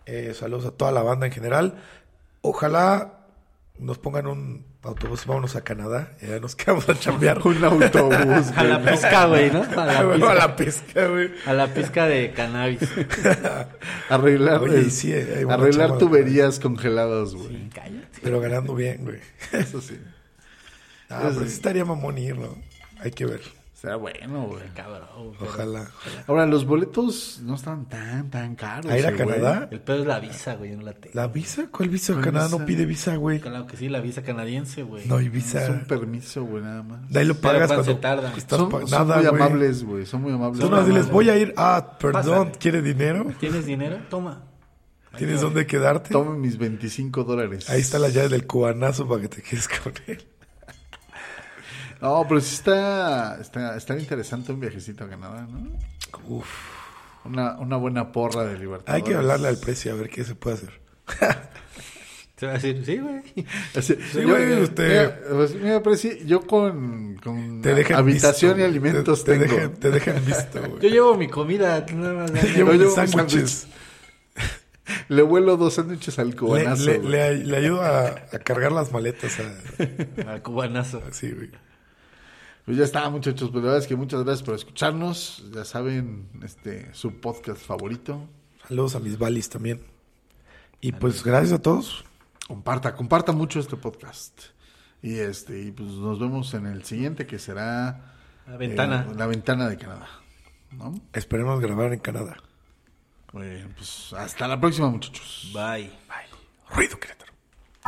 Eh, saludos a toda la banda en general. Ojalá nos pongan un autobús y vámonos a Canadá. Y ya nos quedamos a chambear. Un autobús. A la pesca, güey, ¿no? A la Bueno, pizca, a la pesca, güey. pizca de cannabis. Arreglar, Oye, eh, sí, eh, hay una arreglar chamba de- tuberías congeladas, güey. Cállate. Pero ganando bien, güey. Eso sí. Ah, pero sí estaría mamón ir, ¿no? Hay que ver. Será bueno, güey. Cabrón. Ojalá. ojalá. Ahora, los boletos no están tan, tan caros. ¿A ir a eh, Canadá? güey. El pedo es la visa, güey, no la tengo. ¿La visa? ¿Cuál visa? ¿Cuál Canadá visa? no pide visa, güey. Claro que sí, la visa canadiense, güey. No hay Es visa. un permiso, güey, nada más. De ahí lo Pero pagas cuando cuando se tarda. estás Son, pa- son nada, muy güey. amables, güey. Son muy amables. Tú no diles, amables. voy a ir. Ah, perdón, Pásale. ¿quiere dinero? ¿Tienes dinero? Toma. ¿Tienes dónde quedarte? Tomen mis 25 dólares. Ahí está la llave del cubanazo para que te quedes con él. No, pero sí está, está, está interesante un viajecito a Canadá, ¿no? Uf. Una, una buena porra de libertad. Hay que hablarle al precio a ver qué se puede hacer. Te va a decir, sí, güey. Sí, güey, usted- Mira, pues, mira, pero sí, yo con, con Te dejan habitación visto, y alimentos te, te tengo. Dejan, te dejan visto, Yo güey. llevo mi comida. tú nada más dame. Te llevo Yo mis llevo mis sándwiches. Le vuelo dos sándwiches al Le, cubanazo. le- güey. le ay- le ayudo a, a cargar las maletas. a- Al cubanazo. así, güey. Pues ya está, muchachos. Pues la verdad es que muchas gracias por escucharnos. Ya saben, este, su podcast favorito. Saludos a mis balis también. Y pues gracias a todos. Comparta, comparta mucho este podcast. Y este, y pues nos vemos en el siguiente que será La ventana. eh, la ventana de Canadá. ¿no? Esperemos grabar en Canadá. Bueno, pues hasta la próxima, muchachos. Bye. Ruido, Querétaro.